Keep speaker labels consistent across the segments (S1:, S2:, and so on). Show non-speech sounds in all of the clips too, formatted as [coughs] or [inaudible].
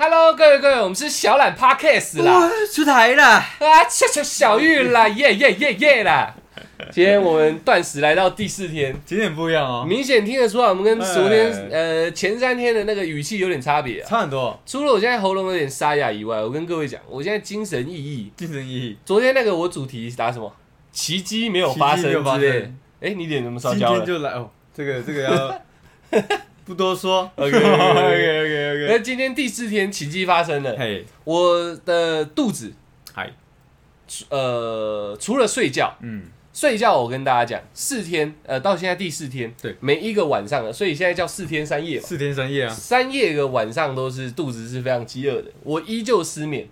S1: Hello，各位各位，我们是小懒 Podcast 啦，
S2: 出台了，
S1: 啊，小小小玉
S2: [laughs]
S1: 啦，耶耶耶耶啦！今天我们断食来到第四天，
S2: 有点不一样哦，
S1: 明显听得出来，我们跟昨天
S2: 哎
S1: 呃前三天的那个语气有点差别啊。
S2: 差很多，
S1: 除了我现在喉咙有点沙哑以外，我跟各位讲，我现在精神奕奕。
S2: 精神意义。
S1: 昨天那个我主题打什么？奇迹没有发生
S2: 奇迹没有
S1: 之
S2: 发
S1: 类的
S2: 生。
S1: 哎，你脸怎么烧
S2: 今
S1: 焦
S2: 天
S1: 了？
S2: 就来哦，这个这个要 [laughs] 不多说。
S1: OK，OK，OK，OK
S2: OK [laughs]
S1: 那今天第四天奇迹发生了，
S2: 嘿，
S1: 我的肚子
S2: 嗨，
S1: 呃除了睡觉。
S2: 嗯，
S1: 睡觉，我跟大家讲，四天，呃，到现在第四天，
S2: 对
S1: 每一个晚上了，所以现在叫四天三夜嘛，
S2: 四天三夜啊，
S1: 三夜个晚上都是肚子是非常饥饿的，我依旧失眠，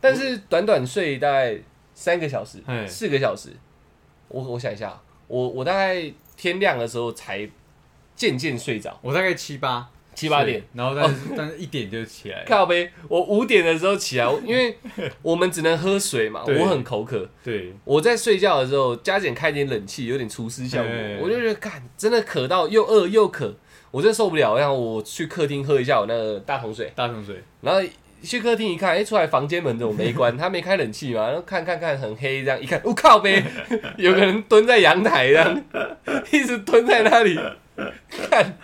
S1: 但是短短睡大概三个小时
S2: 嘿，
S1: 四个小时，我我想一下，我我大概天亮的时候才渐渐睡着，
S2: 我大概七八哦
S1: 七八点，，
S2: 然后但是但是一点就起来了。
S1: 靠呗，我五点的时候起来，我因为我们只能喝水嘛，
S2: 对
S1: 我很口渴，
S2: 对，
S1: 我在睡觉的时候，加减开点冷气，有点除湿效果
S2: 嘿，
S1: 我就觉得干真的渴到又饿又渴，我真的受不了。然后我去客厅喝一下我那个大桶水，
S2: 大桶水，
S1: 然后去客厅一看，哎、出来房间门怎么没关？他没开冷气嘛，然后看看看很黑，这样一看，我、靠呗， [laughs] 有个人蹲在阳台这样， [laughs] 一直蹲在那里，看，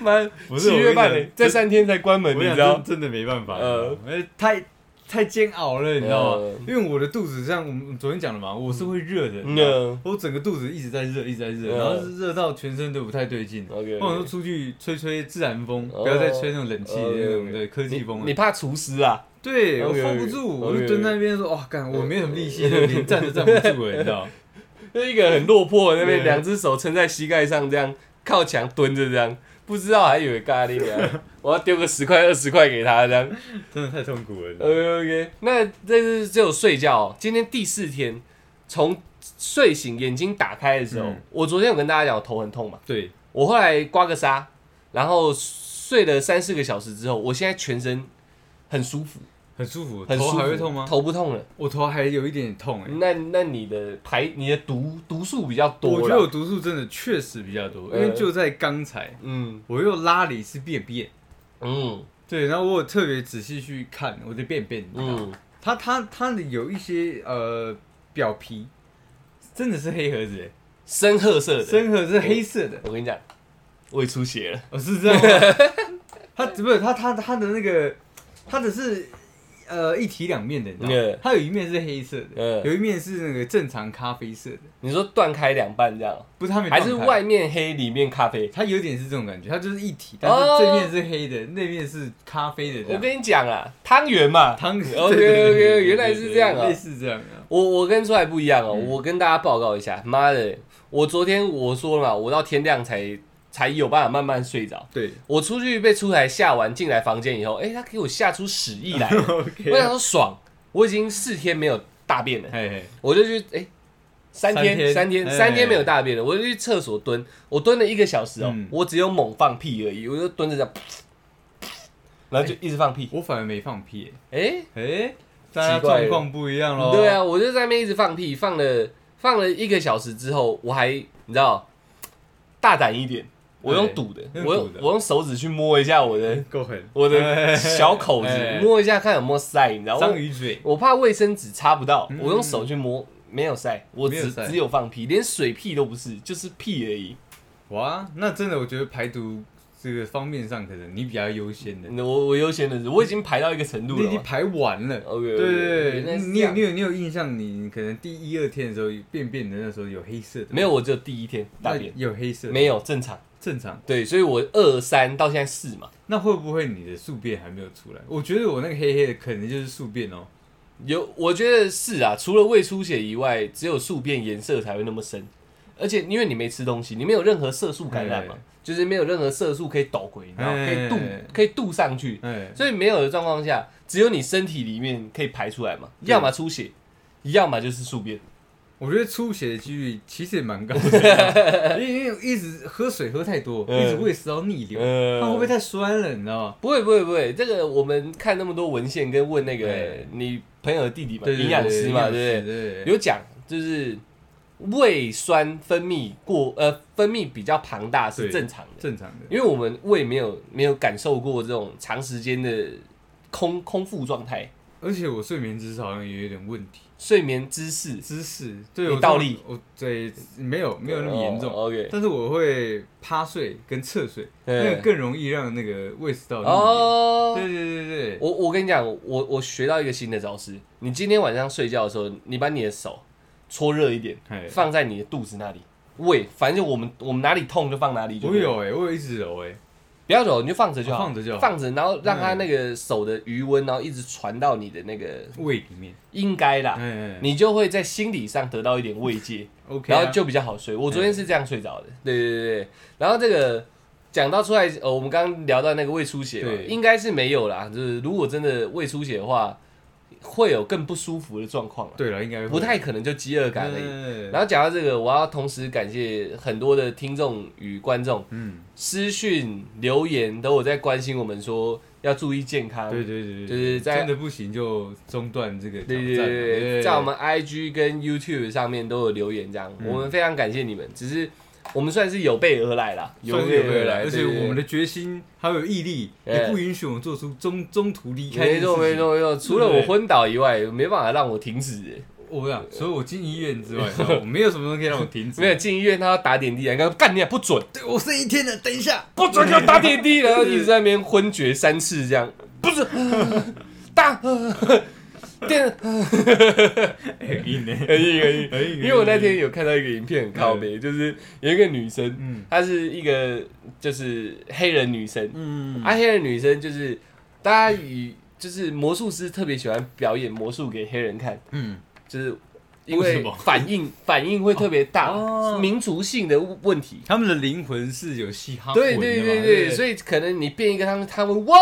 S1: 妈，
S2: 不
S1: 七
S2: 是我跟
S1: 月
S2: 你
S1: 半
S2: 讲
S1: 嘞，这三天才关门，
S2: 我
S1: 你
S2: 想
S1: 知道
S2: 真？真的没办法，
S1: 呃
S2: 呃，太太煎熬了，你知道吗
S1: 呃？
S2: 因为我的肚子像我们昨天讲的嘛，我是会热的，你知道吗
S1: 嗯
S2: 我整个肚子一直在热，一直在热，
S1: 嗯
S2: 然后是热到全身都不太对劲。
S1: ，OK，
S2: 或者说出去吹吹自然风，
S1: 哦
S2: 不要再吹那种冷气的那
S1: OK，OK
S2: 种对科技风
S1: 你
S2: 了。
S1: 怕除湿啊？
S2: 对我
S1: OK，OK，
S2: 封不住，我就
S1: OK，OK
S2: 蹲在那边
S1: 哦
S2: 说：“哇，干，我没什么力气，对连站都站不住欸了，你
S1: [laughs]
S2: 知道？
S1: 就是一个很落魄的那边，
S2: 对
S1: 两只手撑在膝盖上，这样靠墙蹲着这样，不知道还以为咖喱呢。
S2: [laughs]
S1: 我要丢个十块二十块给他这样。
S2: 真的太痛苦了你知道。
S1: OK OK，那这是只有睡觉、哦。今天第四天，从睡醒眼睛打开的时候，
S2: 嗯
S1: 我昨天有跟大家讲我头很痛嘛，
S2: 对，
S1: 我后来刮个痧，然后睡了三四个小时之后，我现在全身很舒服，
S2: 很舒服，
S1: 很舒
S2: 头
S1: 服。
S2: 还会痛吗？
S1: 头不痛了。
S2: 我头还有一点痛哎。
S1: 那那你的排你的毒毒素比较多
S2: 我
S1: 了。
S2: 觉得我毒素真的确实比较多，因
S1: 呃
S2: 为就在刚才，
S1: 嗯
S2: 我又拉了一次便便，
S1: 嗯
S2: 对，然后我有特别仔细去看我的便便，嗯，
S1: 嗯，
S2: 它它它的有一些呃表皮真的是黑盒子哎，
S1: 深褐色的。
S2: 深盒子是黑色的，
S1: 我跟你讲，胃出血了。
S2: 哦，是这样
S1: [laughs]
S2: 吗？它不是它它它的那个它的是呃一体两面的，你知道吗
S1: Yeah.？
S2: 它有一面是黑色的，
S1: Yeah.
S2: 有一面是那个正常咖啡色的，
S1: 你说断开两半这样，
S2: 不是它没
S1: 还是
S2: 放开
S1: 外面黑里面咖啡？
S2: 它有点是这种感觉，它就是一体，但是
S1: 哦
S2: 这面是黑的，那面是咖啡的这
S1: 我
S2: 样。
S1: 跟你讲啦，汤圆嘛，
S2: 汤
S1: OK
S2: 对对对
S1: OK，
S2: 对对
S1: 原来是这样啊
S2: 类。似这样啊。
S1: 我我跟出来不一样
S2: 嗯
S1: 哦，我跟大家报告一下，妈的，我昨天我说了嘛，我到天亮才才有办法慢慢睡着。 [laughs]
S2: 对
S1: 我出去被出台吓完，进来房间以后，哎、他给我吓出屎意
S2: [laughs]
S1: 来了，我想
S2: ，OK，
S1: 说爽，我已经四天没有大便了。
S2: 嘿嘿，
S1: 我就去哎、三
S2: 三
S1: 天
S2: 天
S1: 三天
S2: 哎
S1: 三天没有大便了，我就去厕所蹲，我蹲了一个小时哦、
S2: 嗯
S1: 我只有猛放屁而已，我就蹲着这样，哎然后就一直放屁，
S2: 我反而没放屁
S1: 哎、
S2: 欸，哎，大家
S1: 奇怪了
S2: 状况不一样喽。
S1: 对，啊，我就在那边一直放屁，放了放了一个小时之后，我还你知道大胆一点，我用堵的，
S2: 用
S1: 我用
S2: 堵的
S1: 我用手指去摸一下我的
S2: 够狠，
S1: 我的小口子，
S2: 哎
S1: 摸一下看有没有塞，你知道吗
S2: 章？鱼嘴，
S1: 我怕卫生纸擦不到，
S2: 嗯
S1: 我用手去摸，没有塞，我
S2: 没有
S1: 只
S2: 塞
S1: 只有放屁，连水屁都不是，就是屁而已。
S2: 哇，那真的我觉得排毒这个方面上，可能你比较优先的，
S1: 我我优先的是，我已经排到一个程度
S2: 你已
S1: 了
S2: 经
S1: 嘛。
S2: 排完了。
S1: OK，
S2: 对对
S1: 啊原来
S2: 对，
S1: 是这
S2: 你有
S1: 样
S2: 你有你有印象，你可能第一二天的时候便便的那时候有黑色的，
S1: 没有，我只有第一天大
S2: 那
S1: 便
S2: 有黑色的，
S1: 没有正常，
S2: 正常。
S1: 对，所以我二三到现在四嘛，
S2: 那会不会你的宿便还没有出来？我觉得我那个黑黑的可能就是宿便哦。
S1: 有我觉得是啊，除了胃出血以外，只有宿便颜色才会那么深，而且因为你没吃东西，你没有任何色素感染嘛
S2: 哎，
S1: 就是没有任何色素可以抖回，然后可以
S2: 哎
S1: 渡可以渡上去，
S2: 哎，
S1: 所以没有的状况下，只有你身体里面可以排出来嘛，
S2: 对
S1: 要么出血，要么就是宿便。
S2: 我觉得出血的几率其实也蛮高的，因为因为一直喝水喝太多，
S1: 嗯
S2: 一直胃食道逆流，
S1: 嗯
S2: 啊它会不会太酸了？你知道吗？
S1: 不会不会不会，这个我们看那么多文献跟问那个
S2: 对
S1: 你朋友的弟弟嘛，
S2: 对对
S1: 营养师嘛，对不
S2: 对
S1: 对？有讲就是胃酸分泌过呃分泌比较庞大是
S2: 对
S1: 正常的，
S2: 正常的。
S1: 因为我们胃没有没有感受过这种长时间的空空腹状态，
S2: 而且我睡眠姿势好像也有点问题，
S1: 睡眠姿势
S2: 姿势对
S1: 你
S2: 我
S1: 倒立，
S2: 我对没有没有那么严重，
S1: 哦 OK，
S2: 但是我会趴睡跟侧睡，
S1: 嗯
S2: 那个更容易让那个胃食道逆流。
S1: 哦，
S2: 对对对对，
S1: 我我跟你讲，我我学到一个新的招式。你今天晚上睡觉的时候，你把你的手搓热一点
S2: 哎，
S1: 放在你的肚子那里，胃，反正我们我们哪里痛就放哪里就
S2: 我
S1: 对了。
S2: 有哎、我有一直揉哎、
S1: 不要揉，你就放着就好，
S2: 哦放着就好嗯
S1: 放着，然后让它那个手的余温，然后一直传到你的那个，
S2: 胃里面，
S1: 应该啦，
S2: 哎
S1: 啊你就会在心理上得到一点慰藉，
S2: OK，啊
S1: 然后就比较好睡。我昨天是这样睡着的，对对对对。然后这个讲到出来，呃，我们刚刚聊到那个胃出血嘛，
S2: 对
S1: 应该是没有啦。就是如果真的胃出血的话，会有更不舒服的状况啊，
S2: 对了，应该会
S1: 不太可能就饥饿感而已。
S2: 哎
S1: 然后讲到这个，我要同时感谢很多的听众与观众，
S2: 嗯，
S1: 私讯留言都有在关心我们说要注意健康，
S2: 对对对对，
S1: 就是在
S2: 真的不行就中断这个挑
S1: 对
S2: 战，啊
S1: 对对对，在我们 IG 跟 YouTube 上面都有留言，这样、
S2: 嗯
S1: 我们非常感谢你们。只是我们算是有备而来啦，
S2: 算是
S1: 备
S2: 有备而来，
S1: 而
S2: 而且我们的决心还有毅力，
S1: 哎
S2: 也不允许我们做出中中途离开
S1: 没
S2: 这件事
S1: 错
S2: 情
S1: 没，错没错，除了我昏倒以外，没办法让我停止。
S2: 我想，除了我进医院之外，你知道吗 [laughs] 没有什么东西可以让我停止。
S1: 没有，进医院，他要打点滴，然后干你啊不准，
S2: 对我剩一天了，等一 [laughs] 下，
S1: 不准给我打点滴，然后一直在那边昏厥三次这样，不 [laughs] 是打
S2: [laughs]
S1: 电
S2: 很硬的，
S1: 很硬很硬。
S2: 很硬
S1: 因为我那天有看到一个影片很靠背，就是有一个女生，
S2: 嗯
S1: 她是一个就是黑人女生，
S2: 嗯，
S1: 啊，黑人女生就是大家以就是魔术师特别喜欢表演魔术给黑人看，
S2: 嗯，
S1: 就是因
S2: 为
S1: 为
S2: 什么
S1: 反应反应会特别大，
S2: 哦
S1: 民族性的问题。
S2: 他们的灵魂是有嘻哈
S1: 对对对对，所
S2: 以
S1: 以可能你变一个他们，他们哇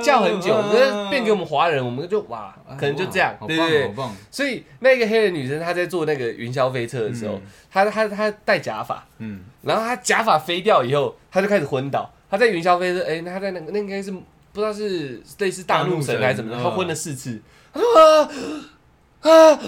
S1: 叫很久，
S2: 嗯哎
S1: 可是变给我们华人，我们就哇，可能就这样，
S2: 啊好
S1: 对
S2: 棒哦
S1: 对
S2: 好
S1: 对。
S2: 棒，
S1: 所以那个黑人女生她在做那个云霄飞车的时候
S2: 嗯，
S1: 她她她戴假发，
S2: 嗯，
S1: 然后他假发飞掉以后，他就开始昏倒。他在云霄飞车，哎、那他在那个那应该是不知道是类似大怒神还是什么的，
S2: 大怒神嗯
S1: 他昏了四次。他说啊啊，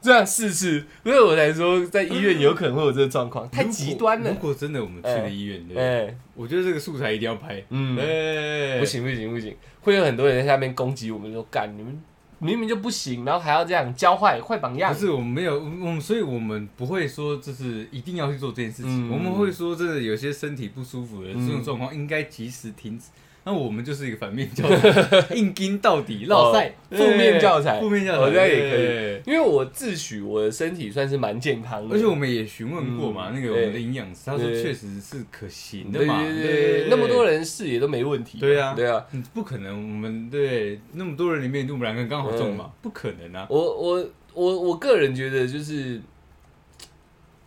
S1: 这样四次，所以我才说在医院有可能会有这个状况，太极端了
S2: 如。果真的我们去了医院，对不
S1: 哎、
S2: 对，我觉得这个素材一定要拍，
S1: 嗯
S2: 哎，
S1: 不，行不行不行，会有很多人在下面攻击我们说，干你们明明就不行，然后还要这样教坏，坏榜样
S2: 不。是我们没有，我们所以我们不会说就是一定要去做这件事情，
S1: 嗯
S2: 我们会说真的有些身体不舒服的这种
S1: 嗯
S2: 状况应该及时停止。那我们就是一个反面
S1: [laughs]
S2: 教材，硬盯到底，绕赛
S1: 哦，负面教材
S2: 对负面教材，
S1: 我觉得也可以
S2: 对。
S1: 因为我自诩我的身体算是蛮健康的，
S2: 而且我们也询问过嘛，
S1: 嗯
S2: 那个我们的营养师，他说
S1: 对
S2: 确实是可行的
S1: 对
S2: 嘛，
S1: 对对，那么多，人试也都没问题。
S2: 对啊
S1: 对啊，
S2: 嗯不可能，我们对那么多人里面，我们两个刚好中
S1: 嗯
S2: 嘛，不可能啊，
S1: 我我我我个人觉得就是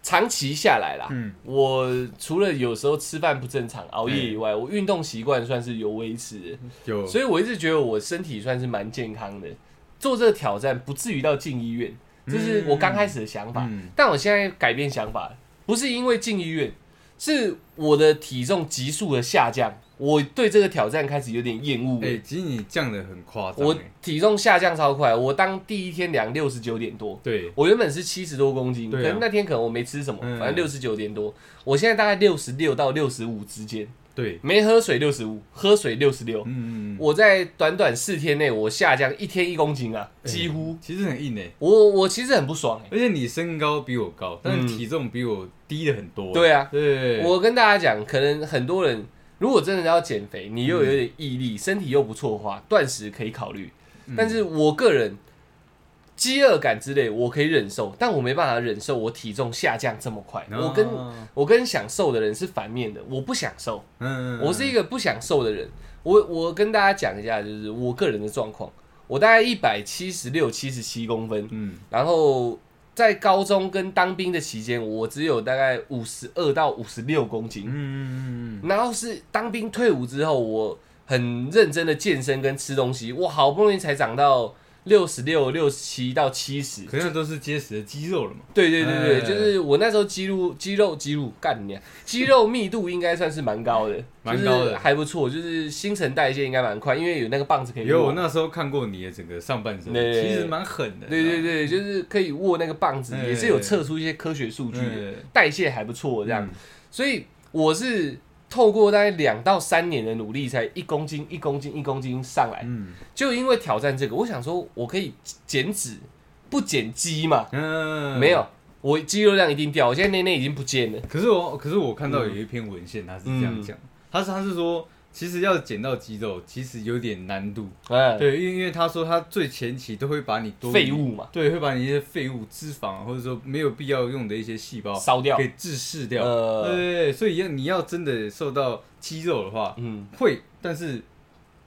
S1: 长期下来啦，
S2: 嗯，
S1: 我除了有时候吃饭不正常、熬夜以外，我运动习惯算是有维持
S2: 有
S1: 的，，所以我一直觉得我身体算是蛮健康的。做这个挑战不至于到进医院，这是我刚开始的想法。
S2: 嗯
S1: 但我现在改变想法了，不是因为进医院，是我的体重急速的下降，我对这个挑战开始有点厌恶了。
S2: 哎，其实你降的很夸张，
S1: 我
S2: 哎
S1: 体重下降超快，我当第一天量六十九点多，
S2: 对，
S1: 我原本是七十多公斤，
S2: 对
S1: 可
S2: 啊
S1: 能那天可能我没吃什么，
S2: 嗯
S1: 反正六十九点多，我现在大概六十六到六十五之间，
S2: 对，
S1: 没喝水六十五，喝水六十六，
S2: 嗯，
S1: 我在短短四天内我下降一天一公斤啊，
S2: 哎
S1: 几乎，
S2: 其实很硬诶，
S1: 我我其实很不爽哎、
S2: 而且你身高比我高，但
S1: 嗯
S2: 是体重比我低了很多。
S1: 对啊
S2: 对，
S1: 我跟大家讲，可能很多人如果真的要减肥，你又有点毅力，身体又不错的话，断食可以考虑。
S2: 嗯
S1: 但是我个人饥饿感之类，我可以忍受，但我没办法忍受我体重下降这么快。
S2: 啊
S1: 我跟我跟想瘦的人是反面的，我不享受，
S2: 嗯，
S1: 我是一个不享受的人。我我跟大家讲一下，就是我个人的状况，我大概一百七十六、七十七公分，
S2: 嗯
S1: 然后在高中跟当兵的期间，我只有大概五十二到五十六公斤。
S2: 嗯嗯
S1: 然后是当兵退伍之后，我很认真的健身跟吃东西，我好不容易才长到六十六、六十七到七十
S2: 嗯，。可是那都是结实的肌肉了嘛。
S1: 对对对对，
S2: 哎
S1: 就是我那时候肌肉肌肉肌肉干你、啊，肌肉密度应该算是蛮高的，
S2: 蛮高的
S1: 就是还不错，就是新陈代谢应该蛮快，因为有那个棒子可以啊
S2: 有我
S1: 握。
S2: 那时候看过你的整个上半身，
S1: 对对对
S2: 其实蛮狠的。嗯
S1: 对对对，就是可以握那个棒子，
S2: 哎
S1: 也是有测出一些科学数据的，
S2: 嗯
S1: 代谢还不错这样。所以我是透过大概两到三年的努力，才一公斤一公斤一公斤上来。
S2: 嗯
S1: 就因为挑战这个，我想说我可以减脂不减肌嘛？
S2: 嗯
S1: 没。有，我肌肉量一定掉。我现在内内已经不见了。
S2: 可是我可是我看
S1: 嗯
S2: 到有一篇文献，他是这样讲，他是他是说，其实要减到肌肉，其实有点难度。
S1: 嗯，
S2: 对，因为因为他说他最前期都会把你多余
S1: 废，物嘛，
S2: 对，会把你一些废物、脂肪啊或者说没有必要用的一些细胞
S1: 烧掉
S2: 给。致噬掉。对
S1: 呃，
S2: 对，对所以要你要真的瘦到肌肉的话，
S1: 嗯，
S2: 会，但是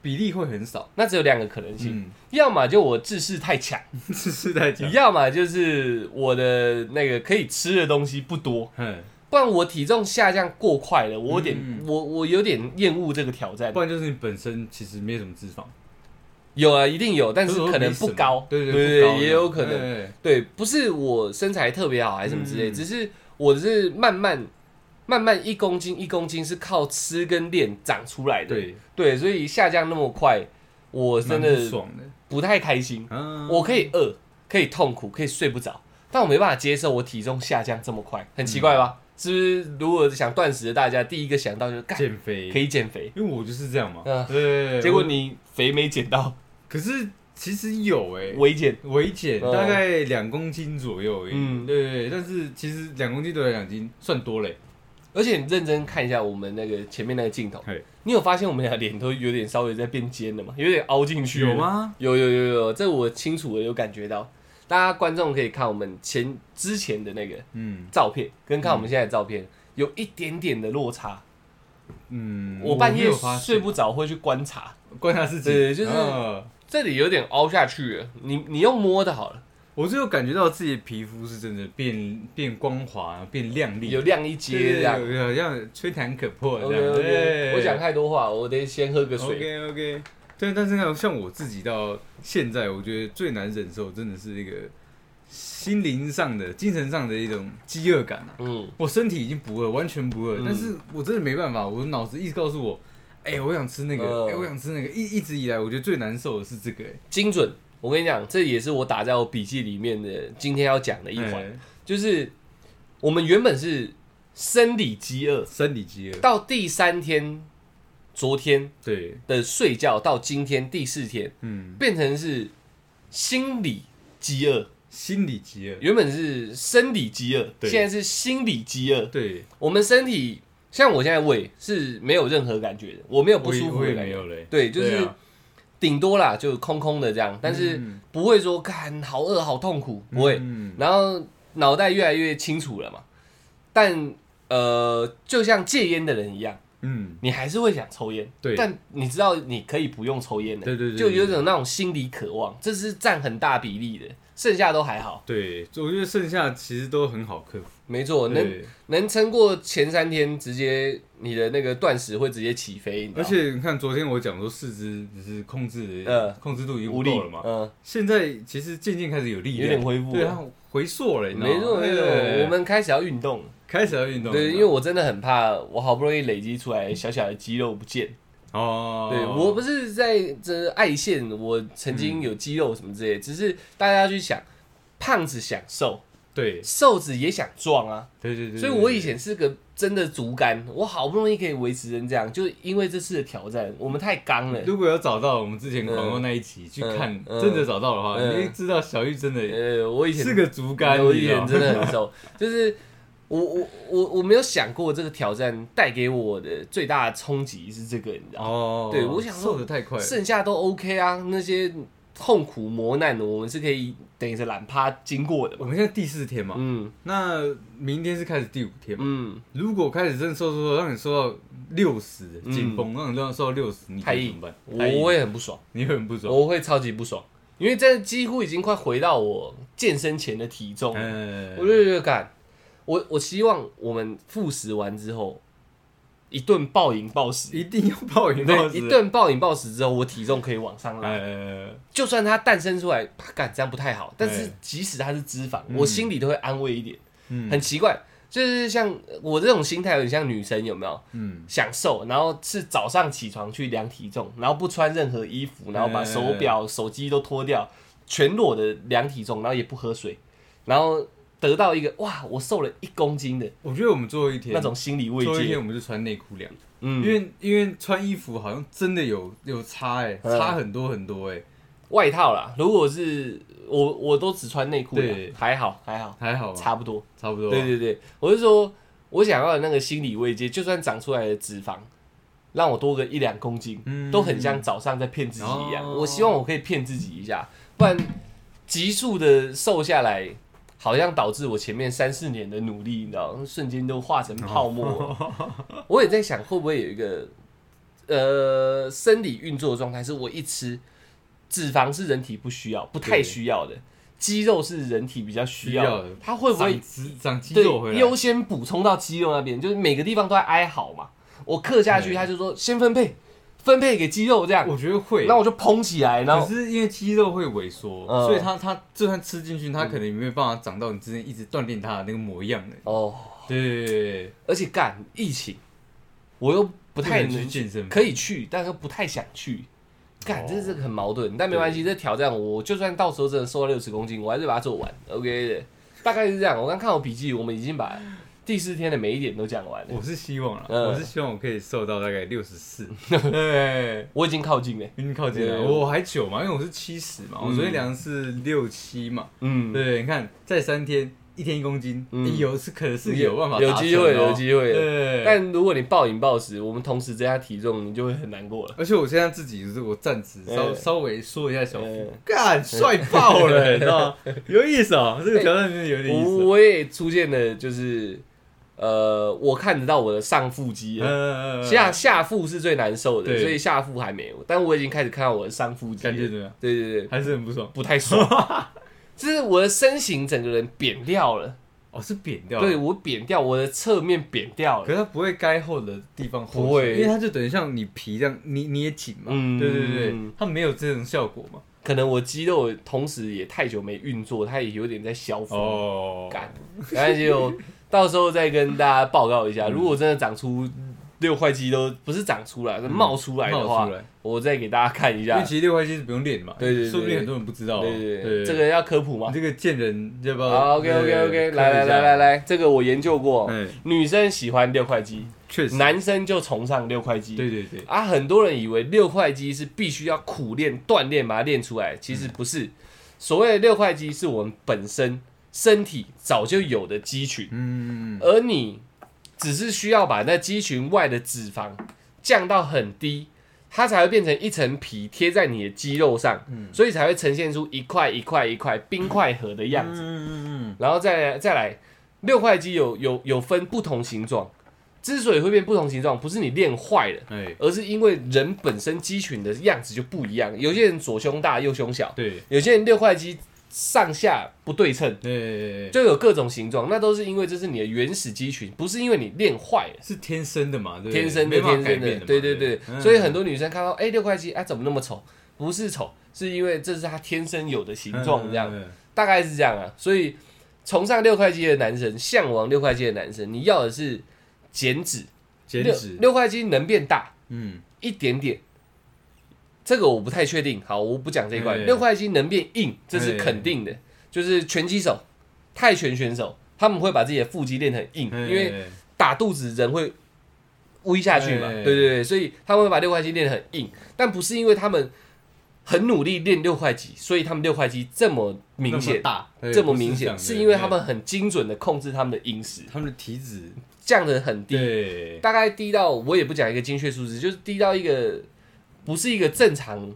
S2: 比例会很少。
S1: 那只有两个可能性，
S2: 嗯，
S1: 要么就我自视太强，
S2: 只嗯 [laughs] 是在讲，
S1: 要么就是我的那个可以吃的东西不多。
S2: 嗯，
S1: 不然我体重下降过快了，我有点、
S2: 嗯
S1: 我我有点厌恶这个挑战
S2: 不。然就是你本身其实没什么脂肪，
S1: 有啊，一定有，但是
S2: 或者说
S1: 可能
S2: 没什
S1: 不
S2: 么
S1: 高，
S2: 对
S1: 对
S2: 对不高
S1: 也有可能。
S2: 对对
S1: 对，不是我身材特别好还是什么之类，
S2: 嗯
S1: 只是我是慢慢慢慢一公斤一公斤是靠吃跟练长出来的。
S2: 对，
S1: 对所以下降那么快，我真
S2: 蛮不
S1: 的
S2: 爽的。
S1: 不太开心。
S2: 嗯，
S1: 我可以饿，可以痛苦，可以睡不着，但我没办法接受我体重下降这么快，很奇怪
S2: 嗯
S1: 吧？是不是？如果想断食的大家，第一个想到就是干
S2: 减肥
S1: 可，以减肥，
S2: 因为我就是这样嘛。
S1: 嗯
S2: 对，
S1: 结果
S2: 我
S1: 你肥没减到，
S2: 可是其实有哎，
S1: 微减。
S2: 微减
S1: 嗯
S2: 大概两公斤左右而已。
S1: 嗯
S2: 对对，对但是其实两公斤对我来讲已经算多嘞。
S1: 而且你认真看一下我们那个前面那个镜头
S2: 嘿，
S1: 你有发现我们俩脸都有点稍微在变尖了嘛？有点凹进去？
S2: 吗？
S1: 有有有有，这我清楚的有感觉到。大家观众可以看我们前之前的那个
S2: 嗯
S1: 照片，跟看我们现在的照片、有一点点的落差。
S2: 嗯，
S1: 我半
S2: 没
S1: 夜
S2: 有发现
S1: 睡不着，会去观察，
S2: 观察自己，
S1: 对就是
S2: 嗯
S1: 这里有点凹下去了。你你用摸的好了，
S2: 我就有感觉到自己的皮肤是真的变变光滑、变亮丽，
S1: 有亮一
S2: 对
S1: 阶这样。
S2: 对有有像吹弹可破这
S1: OK
S2: 样。
S1: OK，
S2: 对
S1: 我讲太多话，我得先喝个水。
S2: OK OK，对，但是呢，像我自己到现在，我觉得最难忍受真的是一个心灵上的、精神上的一种饥饿感啊。
S1: 嗯，
S2: 我身体已经不饿，完全不饿，
S1: 嗯
S2: 但是我真的没办法，我脑子一直告诉我，哎、我想吃那个，
S1: 嗯
S2: 哎、我想吃那个，一一直以来我觉得最难受的是这个、哎
S1: 精准。我跟你讲，这也是我打在我笔记里面的今天要讲的一环，
S2: 哎
S1: 就是我们原本是生理饥饿，
S2: 生理饥饿，
S1: 到第三天，昨天
S2: 对，
S1: 的睡觉到今天第四天，
S2: 嗯，
S1: 变成是心理饥饿，
S2: 心理饥饿，
S1: 原本是生理饥饿，
S2: 对
S1: 现在是心理饥饿。
S2: 对，
S1: 我们身体像我现在胃是没有任何感觉的，我没有不
S2: 我也
S1: 舒服
S2: 我
S1: 的
S2: 也
S1: 感
S2: 没
S1: 觉，
S2: 有嘞，
S1: 对，就是
S2: 啊
S1: 顶多啦，就空空的这样，但是
S2: 嗯
S1: 不会说看好饿好痛苦，不会。
S2: 嗯
S1: 然后脑袋越来越清楚了嘛，但呃，就像戒烟的人一样，
S2: 嗯，
S1: 你还是会想抽烟，
S2: 对
S1: 但你知道你可以不用抽烟的，
S2: 对对对
S1: 就有一种那种心理渴望，这是占很大比例的，剩下都还好，
S2: 对，我觉得剩下其实都很好克服，
S1: 没错，能
S2: 对
S1: 能撑过前三天，直接你的那个断食会直接起飞，你知道
S2: 而且你看，昨天我讲说四肢只是控制的，
S1: 呃
S2: 控制度已经
S1: 无
S2: 不
S1: 力
S2: 够了嘛。
S1: 嗯，
S2: 现在其实渐渐开始有力
S1: 有
S2: 量，
S1: 点恢复
S2: 对
S1: 了
S2: 它回溯了，你知道吗
S1: 没错没错，
S2: 对
S1: 我们开始要运动了，
S2: 开始要运动了，
S1: 对，因为我真的很怕，我好不容易累积出来小小的肌肉不见。
S2: 哦，
S1: 对我不是在这爱线，我曾经有肌肉什么之
S2: 嗯
S1: 类的，只是大家去想，胖子想瘦，
S2: 对
S1: 瘦子也想壮啊，
S2: 对对对，
S1: 所以
S2: 对
S1: 我以前是个真的竹竿，我好不容易可以维持成这样，就因为这次的挑战，我们太刚了
S2: 对。如果有找到我们之前广告那一集去看
S1: 嗯，嗯
S2: 真的找到的话，
S1: 嗯
S2: 你会知道小玉真的
S1: 呃，我以前
S2: 是个哦竹竿，
S1: 我
S2: 你
S1: 以
S2: 知道
S1: 前
S2: 吗
S1: 真的很瘦， [laughs] 就是我我我我没有想过这个挑战带给我的最大的冲击是这个，你知道吗？
S2: 哦，
S1: 对我想说
S2: 瘦的太快了，
S1: 剩下都 OK 啊，那些痛苦磨难，我们是可以等于是懒趴经过的
S2: 我
S1: 嘛。
S2: 们现在第四天嘛，
S1: 嗯
S2: 那明天是开始第五天嘛，
S1: 嗯，
S2: 如果开始真的瘦瘦瘦，让你瘦到六十紧绷，让你让你瘦到六十，你
S1: 太
S2: 会
S1: 硬
S2: 怎么办？太硬
S1: 我会很不爽，
S2: 你会很不爽。
S1: 我会超级不爽，因为这几乎已经快回到我健身前的体重了。
S2: 嗯，
S1: 我就觉得干，我我希望我们复食完之后，一顿暴饮暴食。
S2: 一定要暴饮暴
S1: 对，
S2: 食。
S1: 一顿暴饮暴食之后，我体重可以往上拉。
S2: 呃，
S1: 就算它诞生出来，啊干这样不太好，但是
S2: 哎
S1: 即使它是脂肪，
S2: 嗯
S1: 我心里都会安慰一点。
S2: 嗯
S1: 很奇怪，就是像我这种心态，有点像女生有没有？
S2: 嗯，
S1: 享受，然后是早上起床去量体重，然后不穿任何衣服，然后把手表、手机都脱掉，全裸的量体重，然后也不喝水，然后得到一个哇，我瘦了一公斤的
S2: 我觉得我们最后一天
S1: 那种心理慰
S2: 最后一天
S1: 藉。
S2: 我们就穿内裤量，
S1: 嗯，
S2: 因为因为穿衣服好像真的有有差哎、
S1: 嗯
S2: 差很多很多哎、
S1: 外套啦，如果是我我都只穿内裤啦
S2: 对，
S1: 还好还好，
S2: 还好吧，
S1: 差不多。
S2: 差不多啊吧，
S1: 对对对，我是说，我想要的那个心理慰藉，就算长出来的脂肪让我多个一两公斤，
S2: 嗯
S1: 都很像早上在骗自己一样。
S2: 哦
S1: 我希望我可以骗自己一下，不然急速的瘦下来，好像导致我前面三四年的努力，你知道，瞬间都化成泡沫了。
S2: 哦
S1: 我也在想，会不会有一个呃生理运作的状态，是我一吃脂肪是人体不需要、不太
S2: 对
S1: 需要的。肌肉是人体比较需要
S2: 需要的
S1: 它会不会
S2: 长肌长肌
S1: 对，
S2: 肉回来？
S1: 优先补充到肌肉那边，就是每个地方都在哀嚎嘛。我刻下去，
S2: 对
S1: 他就说先分配，分配给肌肉这样，
S2: 我觉得会，
S1: 那我就膨起来，然
S2: 可
S1: 后
S2: 是因为肌肉会萎缩，
S1: 嗯
S2: 所以它它就算吃进去，它可能也没有办法长到你之前一直锻炼它的那个模样的。
S1: 哦，
S2: 对对对对，
S1: 而且干疫情，我又不
S2: 不
S1: 太
S2: 能去
S1: 能，
S2: 健身，
S1: 可以去，但又不太想去。干，
S2: 哦
S1: 这是个很矛盾，但没关系，这挑战我就算到时候真的瘦到六十公斤，我还是把它做完，OK 的，大概是这样。我刚看我笔记，我们已经把第四天的每一点都讲完了，
S2: 我是希望啦，
S1: 嗯
S2: 我是希望我可以瘦到大概六十
S1: [laughs]
S2: 四，对，
S1: 我已经靠近了，
S2: 已经靠近了。
S1: 对
S2: 我还久嘛，因为我是七十嘛，
S1: 嗯
S2: 我昨天量是六七嘛，
S1: 嗯，
S2: 对，你看再三天一天一公斤，
S1: 嗯
S2: 欸有是可能是有办法
S1: 有
S2: 达成
S1: 机会，
S2: 的哦
S1: 有机会，
S2: 对，
S1: 但如果你暴饮暴食，我们同时增加体重，你就会很难过了。
S2: 而且我现在自己就是我站直，稍
S1: 哎
S2: 稍微缩一下小腹
S1: 哎，
S2: 干帅爆了，你知道吗？有意思哦，这个挑战真的有点
S1: 我
S2: 意思。啊
S1: 我也出现了，就是呃，我看得到我的上腹肌了，
S2: 呃，
S1: 下下腹是最难受的，
S2: 对
S1: 所以下腹还没有，但我已经开始看到我的上腹肌了，
S2: 感觉怎么样？
S1: 对对对，
S2: 还是很不爽。
S1: 不太爽， [laughs] 就是我的身形整个人扁掉了，
S2: 哦，是扁掉。
S1: 对，我扁掉，我的侧面扁掉
S2: 可
S1: 了，
S2: 是它不会该厚的地方厚，
S1: 不会
S2: 因为它就等于像你皮这样捏捏紧嘛。
S1: 嗯
S2: 对对对，它没有这种效果嘛。
S1: 可能我肌肉同时也太久没运作，它也有点在消风。
S2: 哦，
S1: 干，没关系，我到时候再跟大家报告一
S2: 嗯
S1: 下。如果真的长出六块肌都不是长出来，是冒出来的
S2: 嗯冒
S1: 话
S2: 出，来，
S1: 我再给大家看一
S2: 因
S1: 下
S2: 为。其实六块肌是不用练嘛。
S1: 对对对
S2: 说不定很多人不知道哦。
S1: 对对
S2: 对，
S1: 对，这个要科普
S2: 你
S1: 吗？
S2: 这个见人要不要？
S1: 好，OK OK
S2: 对
S1: OK，来来来来，来，这个我研究过
S2: 看一，下哎，
S1: 女生喜欢六块肌，
S2: 确实，
S1: 男生就崇尚六块肌。
S2: 对对对。
S1: 啊，很多人以为六块肌是必须要苦练、锻炼把它练出来，其
S2: 嗯
S1: 实不是。所谓的六块肌是我们本身身体早就有的肌群，
S2: 嗯，
S1: 而你只是需要把那肌群外的脂肪降到很低，它才会变成一层皮贴在你的肌肉上，所以才会呈现出一块一块一块冰块盒的样子。
S2: 嗯嗯
S1: 然后再来再来，六块肌有有有分不同形状，之所以会变不同形状，不是你练坏了。
S2: 嗯，哎，
S1: 而是因为人本身肌群的样子就不一样，有些人左胸大右胸小，
S2: 对
S1: 有些人六块肌上下不对称，
S2: 对，
S1: 就有各种形状，那都是因为这是你的原始肌群，不是因为你练坏了，
S2: 是天生的嘛，对不对，
S1: 天生的
S2: 没办
S1: 天
S2: 法改
S1: 生
S2: 变的嘛，
S1: 对对
S2: 对
S1: 对，
S2: 嗯
S1: 所以很多女生看到哎、六块肌啊怎么那么丑，不是丑，是因为这是她天生有的形状，这样、，
S2: 嗯嗯嗯
S1: 大概是这样啊。所以崇尚六块肌的男生，向往六块肌的男生，你要的是减脂，
S2: 减
S1: 六
S2: 脂，
S1: 六块肌能变大
S2: 嗯，
S1: 一点点。这个我不太确定，好，我不讲这一块。
S2: 对
S1: 六块肌能变硬，这是肯定
S2: 哎
S1: 的。就是拳击手、泰拳选手，他们会把自己的腹肌练得很硬，因为
S2: 哎
S1: 打肚子人会微下去嘛，
S2: 对
S1: 对对对，所以他们会把六块肌练得很硬，但不是因为他们很努力练六块肌，所以他们六块肌这么明
S2: 那么
S1: 显。
S2: 大，哎
S1: 这么
S2: 不
S1: 明
S2: 这
S1: 显，
S2: 样的哎
S1: 是因为他们很精准的控制他们的饮食，
S2: 哎他们的体脂，
S1: 降得很低，
S2: 对，
S1: 大概低到我也不讲一个精确数字，就是低到一个不是一个正常，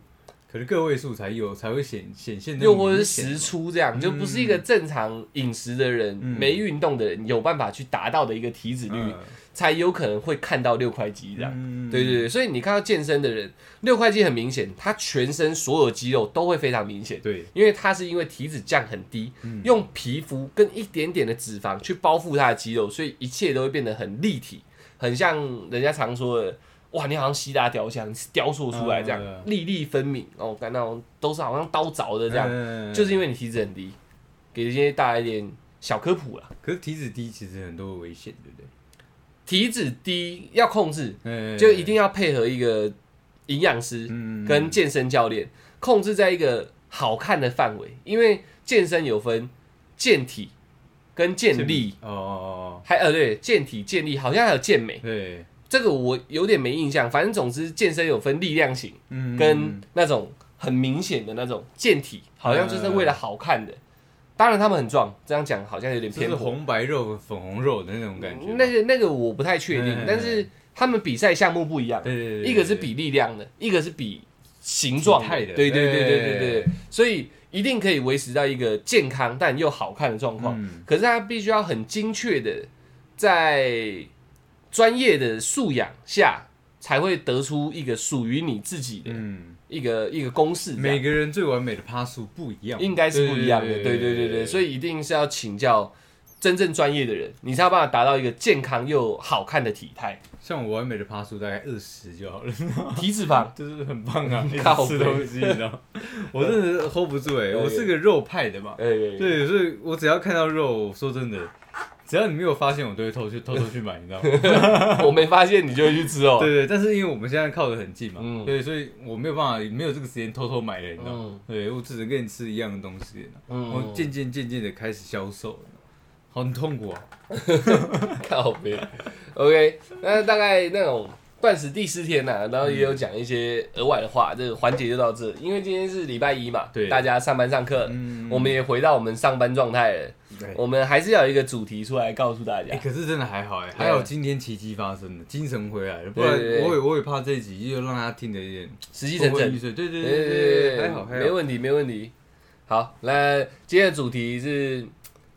S2: 可是个位数才有才会显显现那
S1: 又
S2: 么
S1: 或者是
S2: 明
S1: 时
S2: 显，
S1: 出这样，就不是一个正常饮食的人、
S2: 嗯
S1: 没运动的人有办法去达到的一个体脂率，
S2: 嗯
S1: 才有可能会看到六块肌这样。
S2: 嗯
S1: 对对对，所以你看到健身的人，六块肌很明显，他全身所有肌肉都会非常明显，
S2: 对，
S1: 因为他是因为体脂降很低，
S2: 嗯
S1: 用皮肤跟一点点的脂肪去包覆他的肌肉，所以一切都会变得很立体，很像人家常说的，哇，你好像希腊雕像雕塑出来这样，
S2: 嗯
S1: 粒粒分明哦，感到都是好像刀凿的这样，
S2: 嗯
S1: 就是因为你体脂很低，给这些大家一点小科普啦。
S2: 可是体脂低其实很多危险，对不
S1: 体脂低要控制，
S2: 对？哎
S1: 就一定要配合一个营养师，
S2: 嗯
S1: 跟健身教练控制在一个好看的范围，因为健身有分健体跟健力，
S2: 哦哦哦，
S1: 还呃对健体健力好像还有健美，
S2: 对，
S1: 这个我有点没印象，反正总之健身有分力量型
S2: 嗯，
S1: 跟那种很明显的那种健体，好像就是为了好看的。当然他们很壮，这样讲好像有点
S2: 就
S1: 偏
S2: 是
S1: 颇。
S2: 红白肉、粉红肉的那种感觉吧。
S1: 那个那个我不太确定
S2: 嗯，
S1: 但是他们比赛项目不一样，
S2: 对对对，
S1: 一个是比力量的，一个是比形状
S2: 体态的
S1: 对对对对对
S2: 对
S1: 对，所以一定可以维持到一个健康但又好看的状况。
S2: 嗯
S1: 可是他必须要很精确的在专业的素养下，才会得出一个属于你自己的
S2: 嗯，
S1: 一个、一个公式这样。
S2: 每个人最完美的趴数不一样，
S1: 应该是不一样的，对对对对对，所
S2: 以
S1: 以一定是要请教真正专业的人，你才有办法达到一个健康又好看的体态。
S2: 像我完美的趴数大概二十就好了，
S1: 体脂肪，
S2: 就是很棒啊，一
S1: 靠
S2: 直
S1: 背
S2: 吃东西，你知道，我真的是 hold 不住哎，
S1: 对
S2: 我是个肉派的嘛，
S1: 哎，对，
S2: [laughs] 对，所以我只要看到肉，说真的，只要你没有发现，我都会偷去偷偷去买，你知道吗？
S1: 哎我没发现你就会去吃哦。
S2: 对对，但是因为我们现在靠得很近嘛，
S1: 嗯
S2: 对，所以我没有办法，没有这个时间偷偷买了，你知道吗？
S1: 嗯
S2: 对我只能跟你吃一样的东西，我
S1: 嗯，
S2: 渐渐渐渐的开始消瘦了，好很痛苦啊。
S1: 靠边。OK，那大概那种断食第四天呐、然后也有讲一些额外的话，这个环节就到这。因为今天是礼拜一嘛，
S2: 对
S1: 大家上班上课，
S2: 嗯
S1: 我们也回到我们上班状态了。
S2: 对
S1: 我们还是要有一个主题出来告诉大家
S2: 哎、。可是真的还好哎、还好今天奇迹发生了，精神回来了，不
S1: 对
S2: 然
S1: 对对
S2: 我也我也怕这一集又让他听得有点
S1: 实际成
S2: 昏昏
S1: 真
S2: 欲，睡。对对对对
S1: 对
S2: 对，还好还
S1: 没
S2: 好。
S1: 问题，没问题。好，那今天的主题是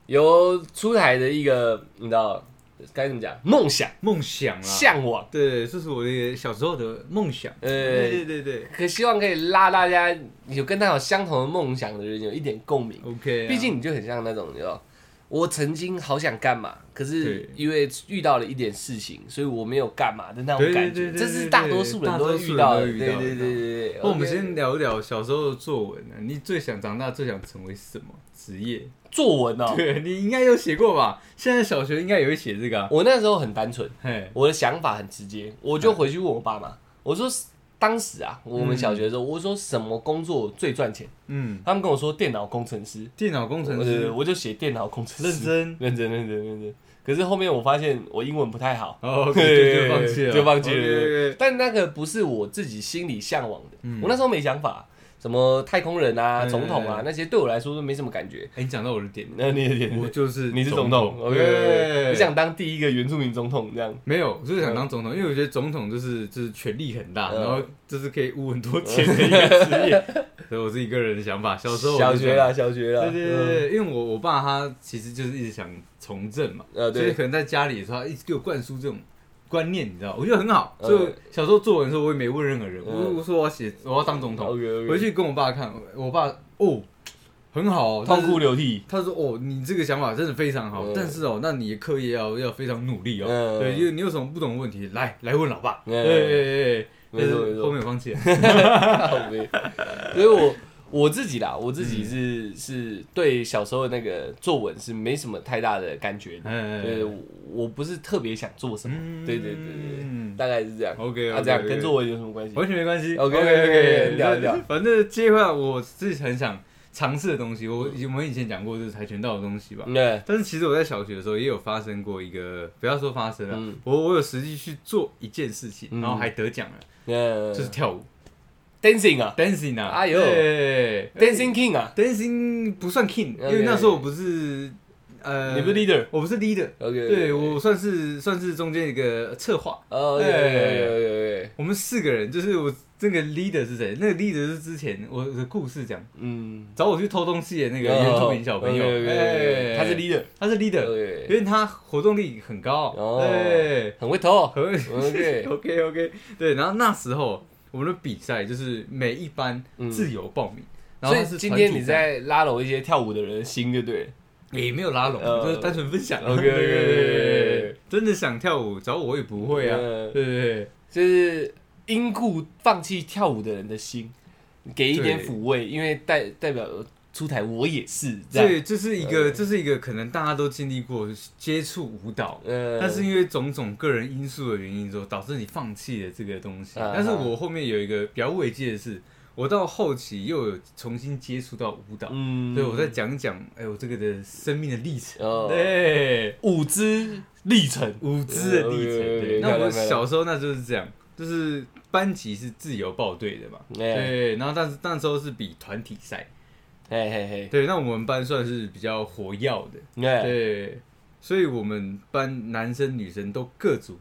S1: 由出台的一个，你知道该怎么讲？梦想、
S2: 梦想啦，
S1: 向往，
S2: 对，这是我的小时候的梦想。对
S1: 呃，
S2: 对对对
S1: 可希望可以拉大家有跟他有相同的梦想的人有一点共鸣。
S2: ，OK 啊。
S1: 毕竟你就很像那种，你知道，我曾经好想干嘛，可是
S2: 对
S1: 因为遇到了一点事情，所以我没有干嘛的那
S2: 对
S1: 种
S2: 对
S1: 感
S2: 对
S1: 觉。
S2: 对
S1: 这
S2: 对
S1: 是
S2: 对
S1: 大多数人都会遇到的。
S2: 大多数人
S1: 对
S2: 都会遇到
S1: 对对对对。对
S2: 那哦我们
S1: OK
S2: 先聊一聊小时候的作文啊，你最想长大最想成为什么职业？
S1: 作文哦，
S2: 对你应该有写过吧？现在小学应该也会写这个、啊。
S1: 我那时候很单纯。
S2: 嘿，
S1: 我的想法很直接，我就回去问我爸妈，我说当时啊，我们小学的时候，我说什么工作最赚钱？
S2: 嗯，
S1: 他们跟我说电脑工程师，
S2: 电脑工程
S1: 我
S2: 师
S1: 就，我就写电脑工程
S2: 认
S1: 师，
S2: 真。
S1: 认真认真认真。可是后面我发现我英文不太好，[laughs]
S2: 哦，
S1: 对
S2: 对，就放弃了，
S1: 就放弃了
S2: OK，OK，OK。
S1: 但那个不是我自己心里向往的，
S2: 嗯
S1: 我那时候没想法，什么太空人啊、
S2: 嗯
S1: 总统啊那些，对我来说都没什么感觉。
S2: 哎，你讲到我的点了，
S1: 那你也
S2: 我就是
S1: 你是总
S2: 统哎
S1: 统，OK，你
S2: 讲
S1: 想当第一个原住民总统这样？
S2: 没有，我就是想当总统，因为我觉得总统就是就是权力很大，
S1: 嗯
S2: 然后就是可以污很多钱的一个职
S1: [laughs]
S2: 业，所以我是一个人的想法。小时候我就
S1: 小学
S2: 想
S1: 啦，小学啦，嗯
S2: 对对对对，因为我我爸他其实就是一直想从政嘛，
S1: 呃
S2: 所
S1: 对
S2: 以可能在家里的时候，他一直给我灌输这种观念，你知道，我觉得很好。
S1: 嗯
S2: 所以我小时候作文的时候，我也没问任何人，
S1: 嗯
S2: 我我说我要写，我要当总统，
S1: ，OK，
S2: 回去跟我爸看，我爸哦，很好哦，
S1: 痛哭
S2: 了。
S1: 流涕。
S2: 他说：“哦，你这个想法真的非常好，
S1: 嗯
S2: 但是哦，那你的课业要要非常努力哦。
S1: 嗯
S2: 对，因为你有什么不懂的问题，来来问老爸。哎
S1: 嗯
S2: 对对对对，
S1: 没
S2: 但
S1: 错
S2: 是
S1: 没错
S2: 后面我放弃了。哎
S1: 靠北 [laughs] 所以我我自己啦，我自己是、
S2: 嗯
S1: 是对小时候那个作文是没什么太大的感觉的，对，
S2: 嗯
S1: 我我不是特别想做什么，
S2: 嗯
S1: 对对对对对，
S2: 嗯
S1: 大概是这样。啊
S2: ，OK，
S1: 那、这样跟作文有什么关系？
S2: 完全没关系。
S1: OK，OK，OK，聊一聊
S2: 反正接下来我自己很想尝试的东西，我我们以前讲过就是跆拳道的东西吧。
S1: 对，
S2: 但是其实我在小学的时候也有发生过一个，不要说发生了，
S1: 嗯
S2: 我我有实际去做一件事情，
S1: 嗯
S2: 然后还得奖了，
S1: 嗯，
S2: 就是跳舞
S1: dancing 啊
S2: dancing 啊，
S1: 哎呦
S2: 对
S1: ，dancing king 啊，
S2: dancing 不算 king，因
S1: OK，
S2: 为那时候我不是呃，
S1: 你不是 leader。
S2: 我不是 leader，
S1: OK，
S2: 对我算是算是中间一个策划，
S1: 哦，有有有有有，
S2: 我们四个人，就是我这个 leader 是谁？那个 leader 是之前我的故事讲，
S1: 嗯，
S2: 找我去偷东西的那个
S1: 哦
S2: 原住民小朋友，哎
S1: 他是 leader，
S2: 他是 leader，
S1: 对，
S2: 因为他活动力很高，
S1: 哦
S2: 对，
S1: 很会
S2: [laughs]
S1: 投
S2: 很
S1: ，OK，
S2: OK OK，对，然后那时候我们的比赛就是每一班
S1: 嗯
S2: 自由报名，然
S1: 所
S2: 后
S1: 以
S2: 他是
S1: 今
S2: 团
S1: 天
S2: 体
S1: 你
S2: 赛
S1: 在拉拢一些跳舞的人的心，对不对？
S2: 也没有拉拢，
S1: 呃
S2: 就是单纯分享。啊
S1: OK，OK，OK，
S2: 对对对真的想跳舞找我也不会啊，
S1: 嗯
S2: 对对对。
S1: 就是因故放弃跳舞的人的心，给一点
S2: 对
S1: 抚慰，因为代代表出台我也是这样。嗯
S2: 这这是一个，这是一个可能大家都经历过接触舞蹈，
S1: 呃
S2: 但是因为种种个人因素的原因之后，导致你放弃了这个东西。
S1: 啊
S2: 但是我后面有一个比较慰藉的是，我到后期又有重新接触到舞蹈，
S1: 嗯，
S2: 所以我在讲讲，哎、我这个的生命的历程，
S1: 哦
S2: 对，
S1: 舞姿历程，
S2: 舞姿的历
S1: 有有
S2: 程。
S1: 有有
S2: 对，
S1: 有
S2: 那
S1: 有
S2: 我
S1: 有有
S2: 小时候那就是这样，就是班级是自由报队的嘛，
S1: 哎
S2: 对，然后但是那时候是比团体赛，
S1: 嘿嘿嘿，
S2: 对，那我们班算是比较活跃的，
S1: 哎，
S2: 对，所以我们班男生女生都各组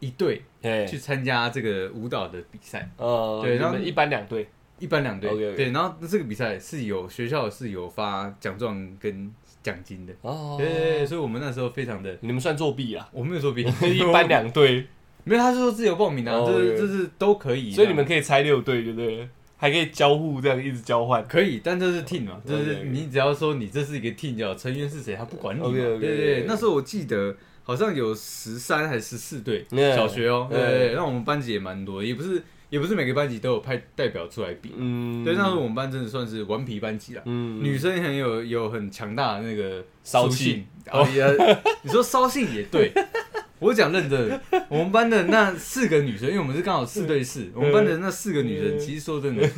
S2: 一队去
S1: 哎，
S2: 参加这个舞蹈的比赛，
S1: 呃，
S2: 对然后
S1: 你们一般两队，
S2: 一般两队。
S1: OK，OK
S2: 对，然后这个比赛是有学校是有发奖状跟奖金的，
S1: 哦，
S2: 对对对，所以我们那时候非常的，
S1: 你们算作弊
S2: [laughs]
S1: 啦，
S2: 我没有说
S1: [laughs]
S2: 比
S1: 一般，两
S2: [laughs]
S1: 队，
S2: 没有，他是说自由报名啊，
S1: 哦
S2: 这是
S1: OK
S2: 这是都可以，
S1: 所以你们可以拆六队，对不对了？还可以交互这样一直交换。
S2: 可以，但这
S1: 哦
S2: 是 team 嘛，就
S1: OK，OK
S2: 是你只要说你这是一个 team 就好，成员是谁他不管你嘛，对
S1: OK，OK，OK
S2: 对对。那时候我记得好像有十三还是十四队
S1: Yeah，
S2: 小学哦，对
S1: yeah
S2: 对对。那我们班级也蛮多，也不是也不是每个班级都有派代表出来比，
S1: 嗯，
S2: 对，那时候我们班真的算是顽皮班级啦。
S1: 嗯，
S2: 女生很有有很强大的那个
S1: 骚
S2: 属
S1: 气
S2: 性，哦，也 [laughs] 你说骚性也对。我讲认真的，我们班的那四个女生，因为我们是刚好四对四，我们班的那四个女生，其实说真的，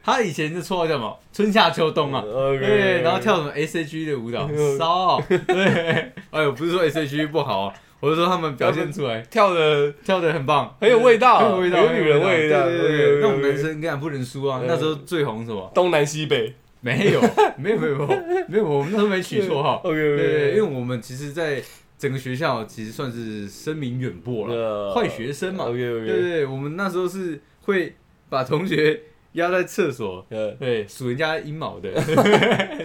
S2: 她以前的绰号叫什么？春夏秋冬啊，
S1: OK，
S2: 对，然后跳什么 S H E 的舞蹈，骚，对，哎呦，不是说 S H E 不好哦，我是说他们表现出来
S1: 跳的
S2: 跳的很棒，
S1: 很有味道
S2: 很有味道，
S1: 有女人味道
S2: 对对对对
S1: OK，OK，OK
S2: 那我们男生根本不能输啊，那时候最红什么？
S1: 东南西北，
S2: 没有，没有，没有，没有，没有，我们那时候没取绰号。
S1: OK，
S2: 对因为我们其实，在整个学校其实算是声名远播了，
S1: 呃
S2: 坏学生嘛。
S1: OK
S2: 对
S1: OK，
S2: 对对，我们那时候是会把同学压在厕所，
S1: 呃，
S2: 对，数人家阴毛
S1: [laughs]
S2: 的。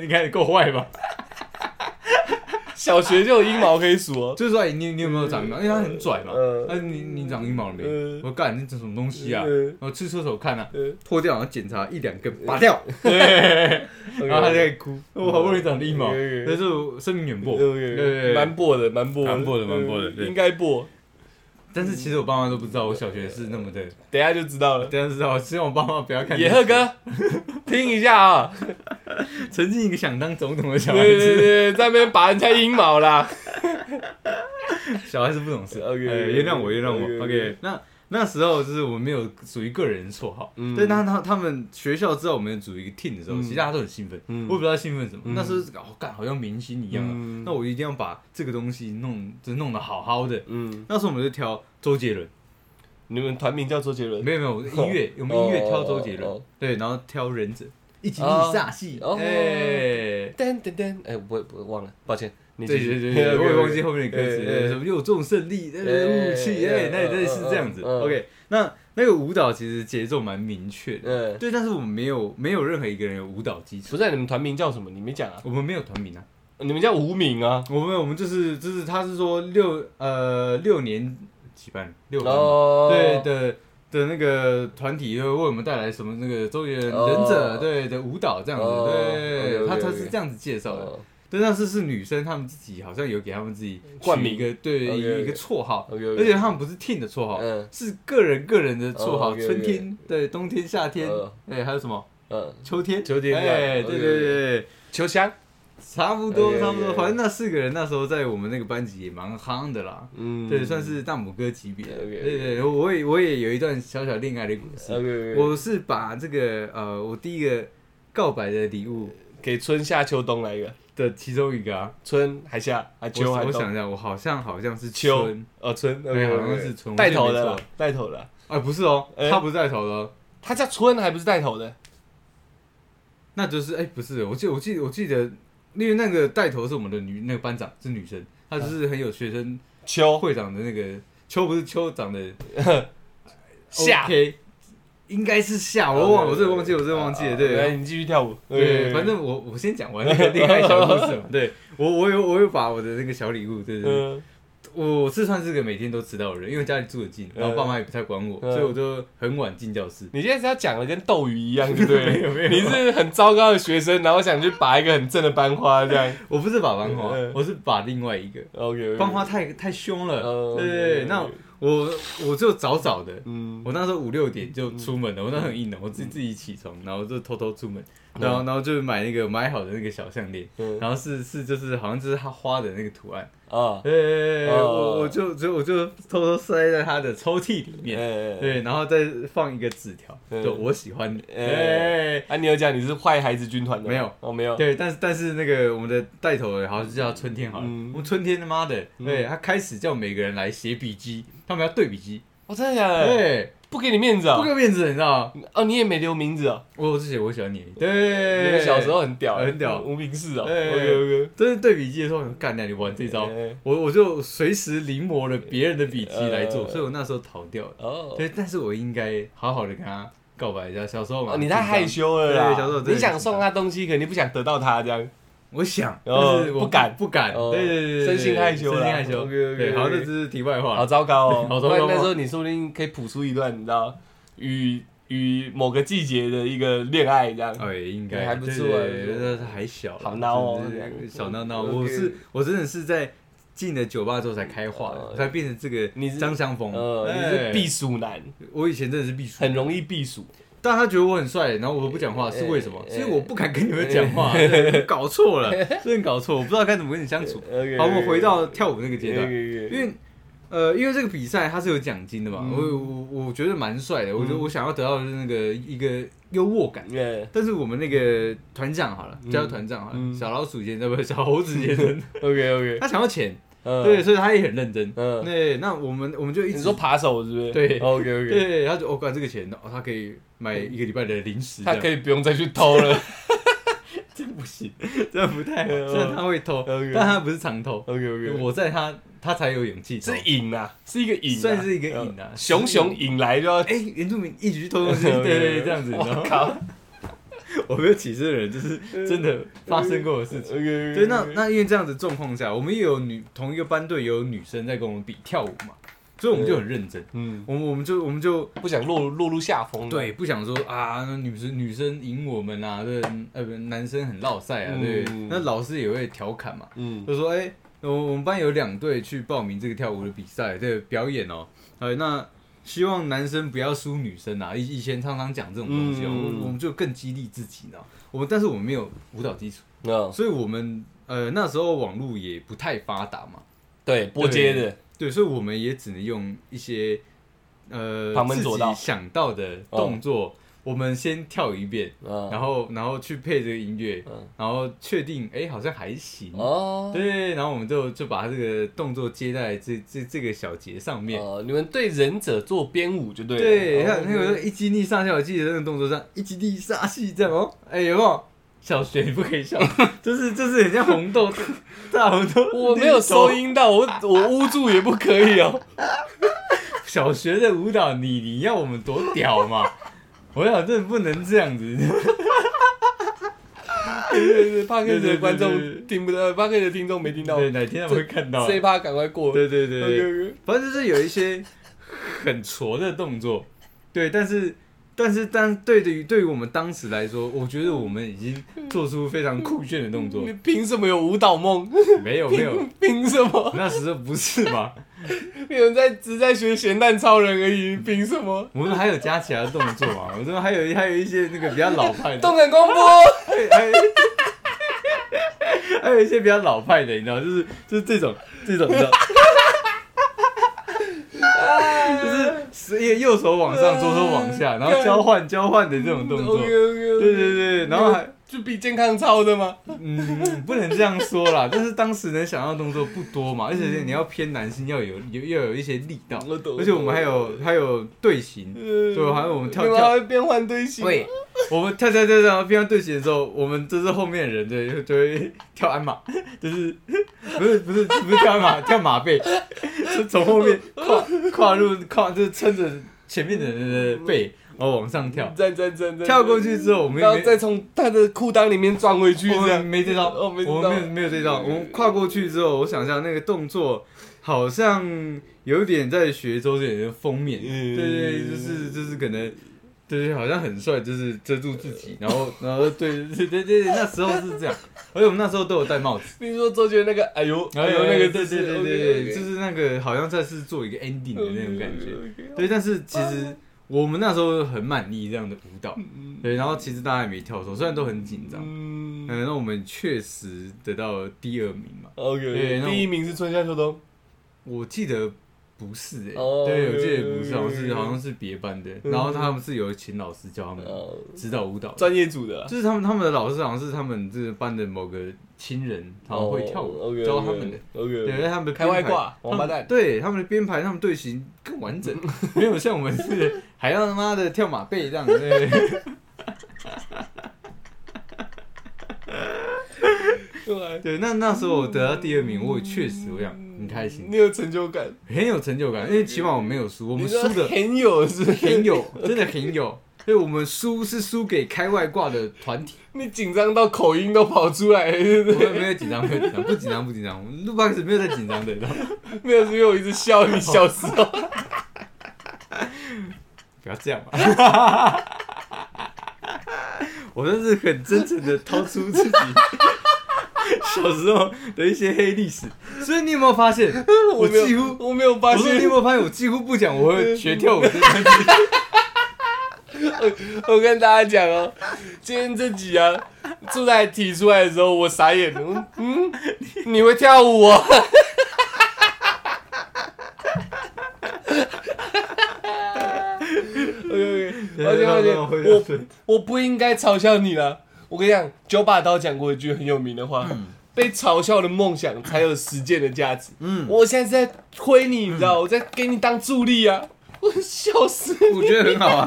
S2: 你看够坏吧？
S1: 小学就有阴毛可以数哦。
S2: 就是说，哎你你有没有长阴毛？因为他很拽嘛。
S1: 呃
S2: 那你你长阴毛了没
S1: 呃？
S2: 我干，你长什么东西啊？
S1: 呃
S2: 我去厕所看啊，
S1: 呃
S2: 脱掉然后检查一两根，拔掉，
S1: ，OK，
S2: 然后他在哭。
S1: 呃
S2: 我好不容易长的阴毛，
S1: OK，OK
S2: 但是我声名远播。
S1: OK，OK，
S2: 对对对
S1: 蛮薄的，蛮薄，
S2: 蛮薄的蛮薄的
S1: 呃
S2: 对
S1: 应该薄，
S2: 但是其实我爸妈都不知道我小学是那么的，
S1: 等一下就知道了。
S2: 但是哦，希望我爸妈不要看。
S1: 野鹤
S2: [laughs]
S1: 哥，听一下啊，
S2: 曾经一个想当总统的小
S1: 对
S2: 孩
S1: 对对
S2: 子，
S1: 对，在那边拔人家阴毛
S2: [laughs]
S1: 啦。
S2: 小孩子不懂事。
S1: OK，
S2: 哎原谅我，原谅我。
S1: OK，OK
S2: OK，那那时候就是我们没有属于个人绰号，
S1: 嗯
S2: 但他他他们学校知道我们组一个 team 的时候，
S1: 嗯
S2: 其实大家都很兴奋。
S1: 嗯
S2: 我也不知道兴奋什么，
S1: 嗯
S2: 那时候哦，干好像明星一样啊。
S1: 嗯
S2: 那我一定要把这个东西弄，就弄得好好的。
S1: 嗯，
S2: 那时候我们就挑周杰伦，
S1: 你们团名叫周杰伦，
S2: 没有没有，我是音乐，我们音乐挑周杰
S1: 哦哦
S2: 伦，对，然后挑忍者，一起逆
S1: 哦
S2: 煞戏，
S1: 哦
S2: 哎。
S1: [laughs] 噔噔噔，哎，我我忘了，抱歉，你继
S2: 对
S1: 续
S2: 对 [laughs] 对
S1: [laughs]
S2: 对，我也忘记后面的歌词，
S1: 哎哎
S2: 呃什么又重胜利，呃武器，哎，那那是这样子。
S1: 嗯嗯嗯
S2: OK，那那个舞蹈其实节奏蛮明确的，
S1: 嗯，
S2: 对，但是我们没有没有任何一个人有舞蹈基础，
S1: 不在你们团名叫什么？你没讲啊？
S2: 我们没有团名啊，
S1: 你们叫无名啊？
S2: 我们我们就是就是他是说六呃六年几班六班吧
S1: 哦
S2: 对的。的那个团体又为我们带来什么那个周杰伦
S1: 哦
S2: 忍者对的舞蹈这样子，
S1: 哦
S2: 对，
S1: OK，OK，
S2: 他他
S1: OK
S2: 是这样子介绍的，
S1: 哦
S2: 对，但是是女生，她们自己好像有给她们自己
S1: 冠
S2: 取
S1: 名
S2: 一个对
S1: OK，OK
S2: 一个绰号
S1: OK，OK
S2: 而且她们不是 team 的绰号，
S1: 嗯
S2: 是个人个人的绰号
S1: 哦，OK，OK
S2: 春天对，冬天、夏天，哎
S1: 哦
S2: 对，还有什么
S1: 嗯，
S2: 秋天？
S1: 秋天
S2: 哎，
S1: 这样
S2: 对对
S1: OK，OK
S2: 对，对
S1: 秋香，
S2: 差不多
S1: OK，OK
S2: 差不多，反正那四个人那时候在我们那个班级也蛮夯的啦，
S1: 嗯
S2: 对，算是大拇哥级别的，
S1: OK，OK
S2: 对对，我也我也有一段小小恋爱的故事，
S1: OK，我
S2: 我是把这个呃我第一个告白的礼物
S1: 给春夏秋冬来一个，
S2: 的其中一个啊，
S1: 春还夏还秋
S2: 我
S1: 还
S2: 我
S1: 冬
S2: 想。一下，我好像好像是
S1: 秋
S2: 春。
S1: 哦，春
S2: 对
S1: OK，
S2: 好像是春
S1: 带头的啦
S2: 我记得没，
S1: 带头的啦，
S2: 啊，不是哦，
S1: 哎
S2: 他不是带头的哦，
S1: 他叫春还不是带头的，
S2: 那就是哎、不是，我记得我记得我记得，因为那个带头是我们的女那个班长是女生，她
S1: 啊
S2: 就是很有学生
S1: 秋
S2: 会长的那个秋不是秋长的
S1: 夏
S2: OK，应该是夏，我忘了，我真的忘记，我真的忘记了，对。
S1: 啊来你继续跳舞，
S2: 对，反正我我先讲
S1: [laughs]
S2: 完那个恋爱小故事嘛。对我，我有我有把我的那个小礼物，对对对，
S1: 嗯
S2: 我是算是个每天都迟到的人，因为家里住得近，然后爸妈也不太管我，
S1: 嗯
S2: 所以我就很晚进教室。
S1: 你现在是要讲的跟斗鱼一样，对不对？
S2: [laughs] 没有没有
S1: 你是很糟糕的学生，然后想去拔一个很正的班花，这样。
S2: 我不是把班花
S1: 嗯，
S2: 我是把另外一个
S1: OK，
S2: 班花太太凶了。
S1: 嗯
S2: 哦对对对，
S1: 嗯
S2: 那我我就早早的，
S1: 嗯
S2: 嗯我那时候五六点就出门了，我那时候很硬的，我自己自己起床，然后就偷偷出门，然后然后就买那个买好的那个小项链，
S1: 嗯
S2: 然后是是就是好像就是他花的那个图案，
S1: 啊，
S2: 对对对，对
S1: 哦
S2: 我我就就我就偷偷塞在他的抽屉里面，
S1: 哎
S2: 对，然后再放一个纸条，
S1: 嗯
S2: 就我喜欢你，
S1: 哎
S2: 哎，
S1: 啊，你有讲你是坏孩子军团的吗？
S2: 没有
S1: 哦，没有，
S2: [laughs] 对，但是但是那个我们的带头的，好像就叫春天好了，
S1: 嗯
S2: 我们春天他妈的，对他开始叫每个人来写笔记，他们要对笔记，
S1: 我哦真的假的？
S2: 对，
S1: 不给你面子啊
S2: 不？给面子，你知道吗？
S1: 哦，你也没留名字啊？
S2: 我是写我喜欢你，
S1: 你
S2: 对，
S1: 们小时候很屌，
S2: 很屌
S1: 无名氏啊。
S2: 哎
S1: OK OK，
S2: 真是对笔记的时候，干掉你玩这招
S1: 哎，
S2: 我我就随时临摹了别人的笔记来做，
S1: 呃
S2: 所以我那时候逃掉了。
S1: 哦，
S2: 对，但是我应该好好的跟他告白一下。小时候嘛，
S1: 哦，你太害
S2: 紧
S1: 羞了啦
S2: 对小时候真的
S1: 你想送他东西，肯定不想得到他这样。
S2: 张，我想，
S1: 哦
S2: 但是我
S1: 不敢
S2: 不敢。
S1: 哦
S2: 对对对对，
S1: 生性害羞啦
S2: 生性害羞。
S1: OK，OK，OK
S2: 对，好，这只是题外
S1: 好
S2: 话。
S1: 糟糕哦！
S2: [laughs] 好糟糕
S1: 不然那时候你说不定可以谱出一段，你知道，与与某个季节的一个恋爱这样。
S2: 哎，应该
S1: 还不错啊
S2: 对对
S1: 还
S2: 对
S1: 不错
S2: 那是还小，
S1: 好闹哦
S2: 就是
S1: 这样
S2: 小闹闹。
S1: OK
S2: 我是我真的是在进了酒吧之后才开化的，
S1: 哦
S2: 才变成这个
S1: 你是
S2: 张相峰。
S1: 呃，你是避
S2: 哎，
S1: 暑男，
S2: 我以前真的是避暑，
S1: 很容易避暑。
S2: 但他觉得我很帅，然后我不讲话
S1: 哎
S2: 是为什么？
S1: 哎
S2: 所以我不敢跟你们
S1: [laughs]
S2: 讲话，对搞错了，真的搞错，我不知道该怎么跟你相处。
S1: OK，
S2: 好，我们回到跳舞那个
S1: 哎
S2: 阶段，因
S1: 因
S2: 为呃，因为这个比赛它是有奖金的嘛，
S1: 嗯
S2: 我我我觉得蛮帅的，我觉得
S1: 嗯
S2: 我想要得到的是那个一个幽默感。
S1: 为
S2: 但是我们那个团长好了，
S1: 嗯
S2: 叫他团长好了，
S1: 嗯
S2: 小老鼠先生不是小猴子先生，
S1: OK OK，
S2: [laughs] 他想要钱，
S1: [laughs] 嗯
S2: 哎对，，所以他也很认真。
S1: 嗯，
S2: 对，那我们我们就一
S1: 你
S2: 直
S1: 说扒手是不是？
S2: 对
S1: ，OK OK，
S2: 对，他就哦，管这个钱，哦，他可以买一个礼拜的零食，
S1: 嗯他可以不用再去偷了。
S2: [laughs] 这不行，这样不太好。
S1: 嗯
S2: 虽然他会偷
S1: OK，
S2: 但他不是常偷。
S1: OK OK，
S2: 我在他，他才有勇气偷。
S1: 是瘾啊，是一个瘾啊，
S2: 算是一个瘾啊
S1: 嗯熊熊引来就要
S2: 哎，原住民一直去
S1: [laughs]
S2: 偷东西， [laughs] 对对对，这样子，
S1: 我
S2: 然后
S1: 靠
S2: 我没有歧视人，就是真
S1: 嗯
S2: 的发生过的事情。
S1: ，OK，
S2: [laughs] 对，那那因为这样子状况下，我们也有女同一个班队也有女生在跟我们比跳舞嘛，所以我们就很认真，
S1: 嗯，
S2: 我们我们就我们就
S1: 不想落落入下风，
S2: 对，不想说啊，那女生女生赢我们啊，对，呃，不，男生很落赛啊，对，
S1: 嗯
S2: 那老师也会调侃嘛，
S1: 嗯，
S2: 就说：“哎、我我们班有两队去报名这个跳舞的比赛，这个表演哦、呃，那希望男生不要输女生啊。以以前常常讲这种东西、哦，
S1: 嗯
S2: 我我们就更激励自己呢。我们但是我们没有舞蹈基础，
S1: 那
S2: 所以我们呃那时候网络也不太发达嘛，
S1: 对波接的，
S2: 对，所以我们也只能用一些呃
S1: 旁门左道哦
S2: 自己想到的动作，我们先跳一遍，
S1: 嗯，
S2: 然后然后去配这个音乐，
S1: 嗯
S2: 然后确定哎、好像还行
S1: 哦，
S2: 对，然后我们就就把这个动作接在这这这个小节上面。
S1: 哦，你们对忍者做编舞就对了，
S2: 对，
S1: 哦
S2: 看那个一击逆上下，我记得那个动作上一击逆杀系这样哦，哎、有没有？小学你不可以笑， [laughs] 就是就是很像红豆 [laughs] 大红豆，
S1: 我没有收。音到，我
S2: [laughs]
S1: 我捂住也不可以哦，
S2: 小学的舞蹈，你你要我们多屌嘛？ [laughs] 我想真的不能这样子。
S1: 对对对，怕克
S2: 对对
S1: 的
S2: 对
S1: 观
S2: 对
S1: 众听不到，怕克的听众没听到，
S2: 对，哪天他们会看到。
S1: 这一
S2: 对
S1: 趴赶快过，
S2: 对对对。
S1: OK，OK
S2: 反正就是有一些很挫的动作，对，但是但是但对对于对于我们当时来说，我觉得我们已经做出非常酷炫的动作
S1: 你，凭什么有舞蹈梦？
S2: 没有没有
S1: 凭，凭什么？
S2: 那时候不是嘛，
S1: 你们在只在学咸蛋超人而已，
S2: 嗯
S1: 凭什么？
S2: 我们还有加起来的动作嘛，我们还有还有一些那个比较老派的，
S1: 动感光波，
S2: 对还有还有一些比较老派的，你知道，就是就是这种这种，你知道。就是右右手往上，左手往下，然后交换交换的这种动
S1: 哦
S2: 作，
S1: 嗯 OK，OK，OK
S2: 对对对，然后还
S1: 就比健康操的吗？
S2: 嗯，不能这样说啦，但是当时能想到的动作不多嘛，而且你要偏男性，要有有要有一些力道，
S1: 我懂
S2: 而且我们还有还有队形，对
S1: 对
S2: 还有我们跳
S1: 嗯你
S2: 跳
S1: 还会变换队形，
S2: 对，我们跳跳跳跳偏向队形的时候，我们就是后面的人对 [laughs] 就会跳鞍马， [laughs] 就是不是不是不是跳鞍马， [laughs] 跳马背，是从后面跨跨入跨就是撑着前面的人的背，然后往上跳，
S1: 站站站站，
S2: 跳过去之后我们也
S1: 然后
S2: 没
S1: 再从他的裤裆里面撞回去，
S2: 我
S1: 这
S2: 们
S1: 样
S2: 没这招，
S1: 哦没这招
S2: 我们没有没有这招。我们跨过去之后，我想象那个动作好像有点在学周杰伦的封面，
S1: 嗯
S2: 对对，就是就是可能。对，好像很帅，就是遮住自己，然后， [laughs] 然后对对对对，那时候是这样，而且我们那时候都有戴帽子，
S1: 比如说周杰伦那个，哎呦，
S2: 然后
S1: 哎呦，
S2: 哦有那
S1: 那
S2: 个
S1: 个
S2: 对
S1: 姿势
S2: 对对嗯
S1: 嗯
S2: 对对，就是那个好像在是做一个 ending 的那种感觉，对，但是其实我们那时候很满意这样的舞蹈，对，然后其实大家也没跳错，虽然都很紧张，
S1: 嗯
S2: 嗯嗯，那我们确实得到了第二名嘛，对
S1: ，OK，
S2: 那我
S1: 第一名是春夏秋冬，
S2: 我记得不是哎、
S1: 哦
S2: 对，我记得不是，好像是
S1: 嗯
S2: 好像是别班的，然后他们是有请老师教他们
S1: 呃，
S2: 指导舞蹈，
S1: 专业组的啊，
S2: 就是他们他们的老师好像是他们这个班的某个亲人，好像会跳舞，
S1: 哦，OK，
S2: 教他们的。对，因为
S1: ，OK，
S2: 他们的
S1: 开外
S2: 编排
S1: 挂，王八蛋，
S2: 对他们的编排，他们队形更
S1: [laughs]
S2: 完整，没有像我们是还要他妈的跳马背这样。对，
S1: 对，
S2: 对那那时候我得到第二名，我也确实我想很开心，
S1: 嗯你有成就感，
S2: 很有成就感，因为起码我没有输，我们输
S1: 你说
S2: 的
S1: 很有是不是，
S2: 很
S1: [laughs]
S2: 有，真的很有。所以我们输是输给开外挂的
S1: [laughs]
S2: 团体，
S1: 你紧张到口音都跑出来了，是不
S2: 我 [laughs]
S1: 是？
S2: 们没有紧张，没有紧张，不紧张，不紧张。我们录 box 没有在紧张的，你知道
S1: [laughs]
S2: 吗
S1: 没有，是因为我一直笑你小时候。
S2: 不要这样嘛！ [laughs] 我真是很真诚的掏
S1: [laughs]
S2: 出自己小时候的一些黑历史，所以你有没有发现， [laughs] 我
S1: 没有
S2: 几乎，
S1: 我没有
S2: 我
S1: 发
S2: 说你有
S1: 现
S2: 没。有发现，我几乎不讲我会学跳舞的东西，
S1: [laughs] 我跟大家讲哦，今天这集啊，出来提出来的时候，我傻眼了。我嗯，你会跳舞哦？OK OK，而且而且我我不应该嘲笑你啦。我跟你讲，九把刀讲过一句很有名的话：被嘲笑的梦想才有实践的价值。嗯，我现在是在推你，你知道，我在给你当助力啊！我笑死
S2: 我觉得很好啊。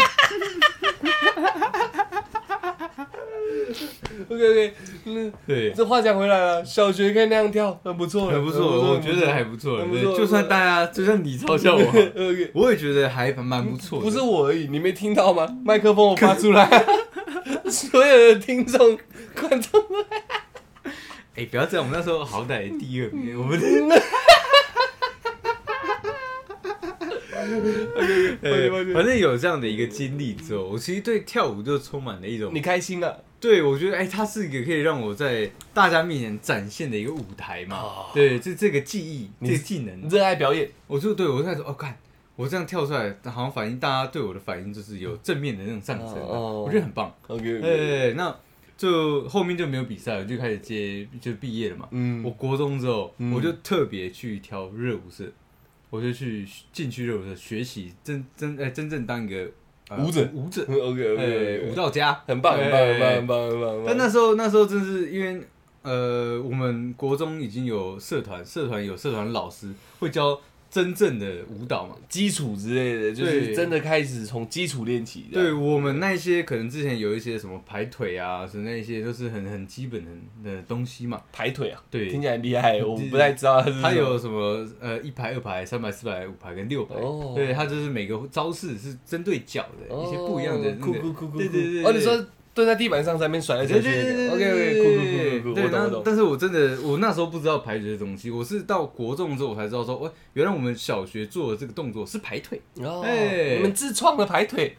S1: OK OK，嗯，
S2: 对，
S1: 这话讲回来了，小学可以那样跳， [laughs] 很不错了，
S2: 很不错，我觉得还
S1: 不
S2: 不错。
S1: 很不
S2: 对，
S1: 错
S2: 就算大家，就算你嘲笑
S1: 错 [laughs]
S2: 我，
S1: OK，
S2: [laughs] 我也觉得还蛮不错的。
S1: 不是我而已，你没听到吗？麦克风我发出 [laughs] 来，所有的听众、观众，
S2: 哎、不要这样，我们那时候好歹也第二
S1: 嗯
S2: 名，我们 [laughs]
S1: 抱歉抱歉
S2: 哎反正有这样的一个经历之后，我其实对跳舞就充满了一种
S1: 你，开心了？
S2: 对我觉得哎、它是一个可以让我在大家面前展现的一个舞台嘛。
S1: 哦
S2: 对，这这个技艺，
S1: 你
S2: 这个技能，
S1: 热爱表演，
S2: 我就对我在说，哦，看我这样跳出来，好像反应大家对我的反应就是有正面的那种上升，啊
S1: 哦
S2: 我觉得很棒。
S1: OK
S2: 对对对，哎那就后面就没有比赛了，就开始接就毕业了嘛。
S1: 嗯
S2: 我国中之后，
S1: 嗯
S2: 我就特别去挑热舞社，我就去进去热舞社学习，真真哎真正当一个、呃
S1: 舞者
S2: 舞者，
S1: OK
S2: 哎
S1: OK，
S2: 舞蹈家，
S1: 嗯很棒，很棒，
S2: 哎
S1: 很棒，很。棒，很棒。
S2: 但那时候那时候真是因为呃，我们国中已经有社团，社团有社团老师会教真正的舞蹈嘛。
S1: 基础之类的，就是
S2: 对
S1: 真的开始从基础练起。这
S2: 对
S1: 样，
S2: 我们那一些可能之前有一些什么排腿啊，什么那一些都是很很基本的的东西嘛。
S1: 排腿啊，
S2: 对
S1: 听起来很厉害，我
S2: 对
S1: 不太知道
S2: [laughs]
S1: 它是什么。
S2: 它有什么呃一排、二排、三排、四排、五排跟六排
S1: 哦
S2: 对，它就是每个招式是针对脚的、一些不一样的那
S1: 酷
S2: 个
S1: 酷酷酷，
S2: 对对对，
S1: 哦，
S2: 对
S1: 你说蹲在地板上在那边甩来甩
S2: 对
S1: 去
S2: 对对
S1: 那
S2: 对
S1: 个，OK OK，酷酷酷酷，
S2: 对，
S1: 我懂我
S2: 那
S1: 懂。
S2: 但是我真的我那时候不知道排腿的东西，我是到国中之后我才知道说，哦，原来我们小学做的这个动作是排腿。
S1: 哦，
S2: 哎
S1: 你们自创了排腿，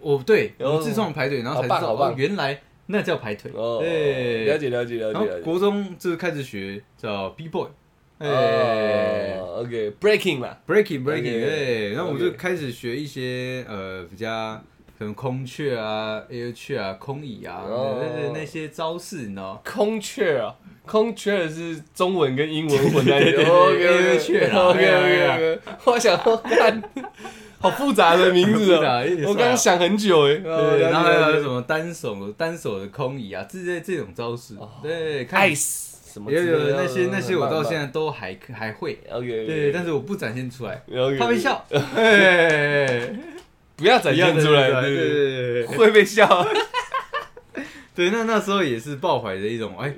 S2: 哦，对，
S1: 哦
S2: 我们自创排腿，然后才知
S1: 好
S2: 道
S1: 棒好棒
S2: 哦，原来那叫排腿。
S1: 哦，
S2: 对，
S1: 了解了解了
S2: 然后
S1: 解了解。
S2: 国中就是开始学叫 B boy，哎
S1: 哦，OK breaking 啦，
S2: ，breaking breaking，
S1: OK，
S2: 哎，然后我
S1: OK
S2: 就开始学一些呃比较可能空雀啊、air 雀啊、空椅啊，
S1: 哦
S2: 对对对，那些招式，你知道吗？
S1: 空雀啊，空雀是中文跟英文混在一起
S2: 对对对对
S1: ，OK
S2: 雀啦
S1: OK
S2: 对啊
S1: OK OK，我想说看，好复杂的名字
S2: 很复杂
S1: 哦
S2: 有点，帅啊
S1: 我刚刚想很久哎，哦
S2: 对，然后还有什？
S1: 了解了
S2: 么单手单手的空椅啊，这些这种招式，
S1: 哦
S2: 对，
S1: 解
S2: 看
S1: ice 什么
S2: 也
S1: 之类
S2: 有
S1: 的？
S2: 有那些那些我到现
S1: 在
S2: 在都还还会，
S1: OK，
S2: 对，但是我不展现出来，
S1: 是
S2: 怕
S1: [laughs]
S2: 被，笑，哎
S1: 不要展现出来，
S2: 对
S1: 对
S2: 对
S1: 对，
S2: 对
S1: 会被笑。
S2: [laughs] 对，那那时候也是抱怀着一种，哎，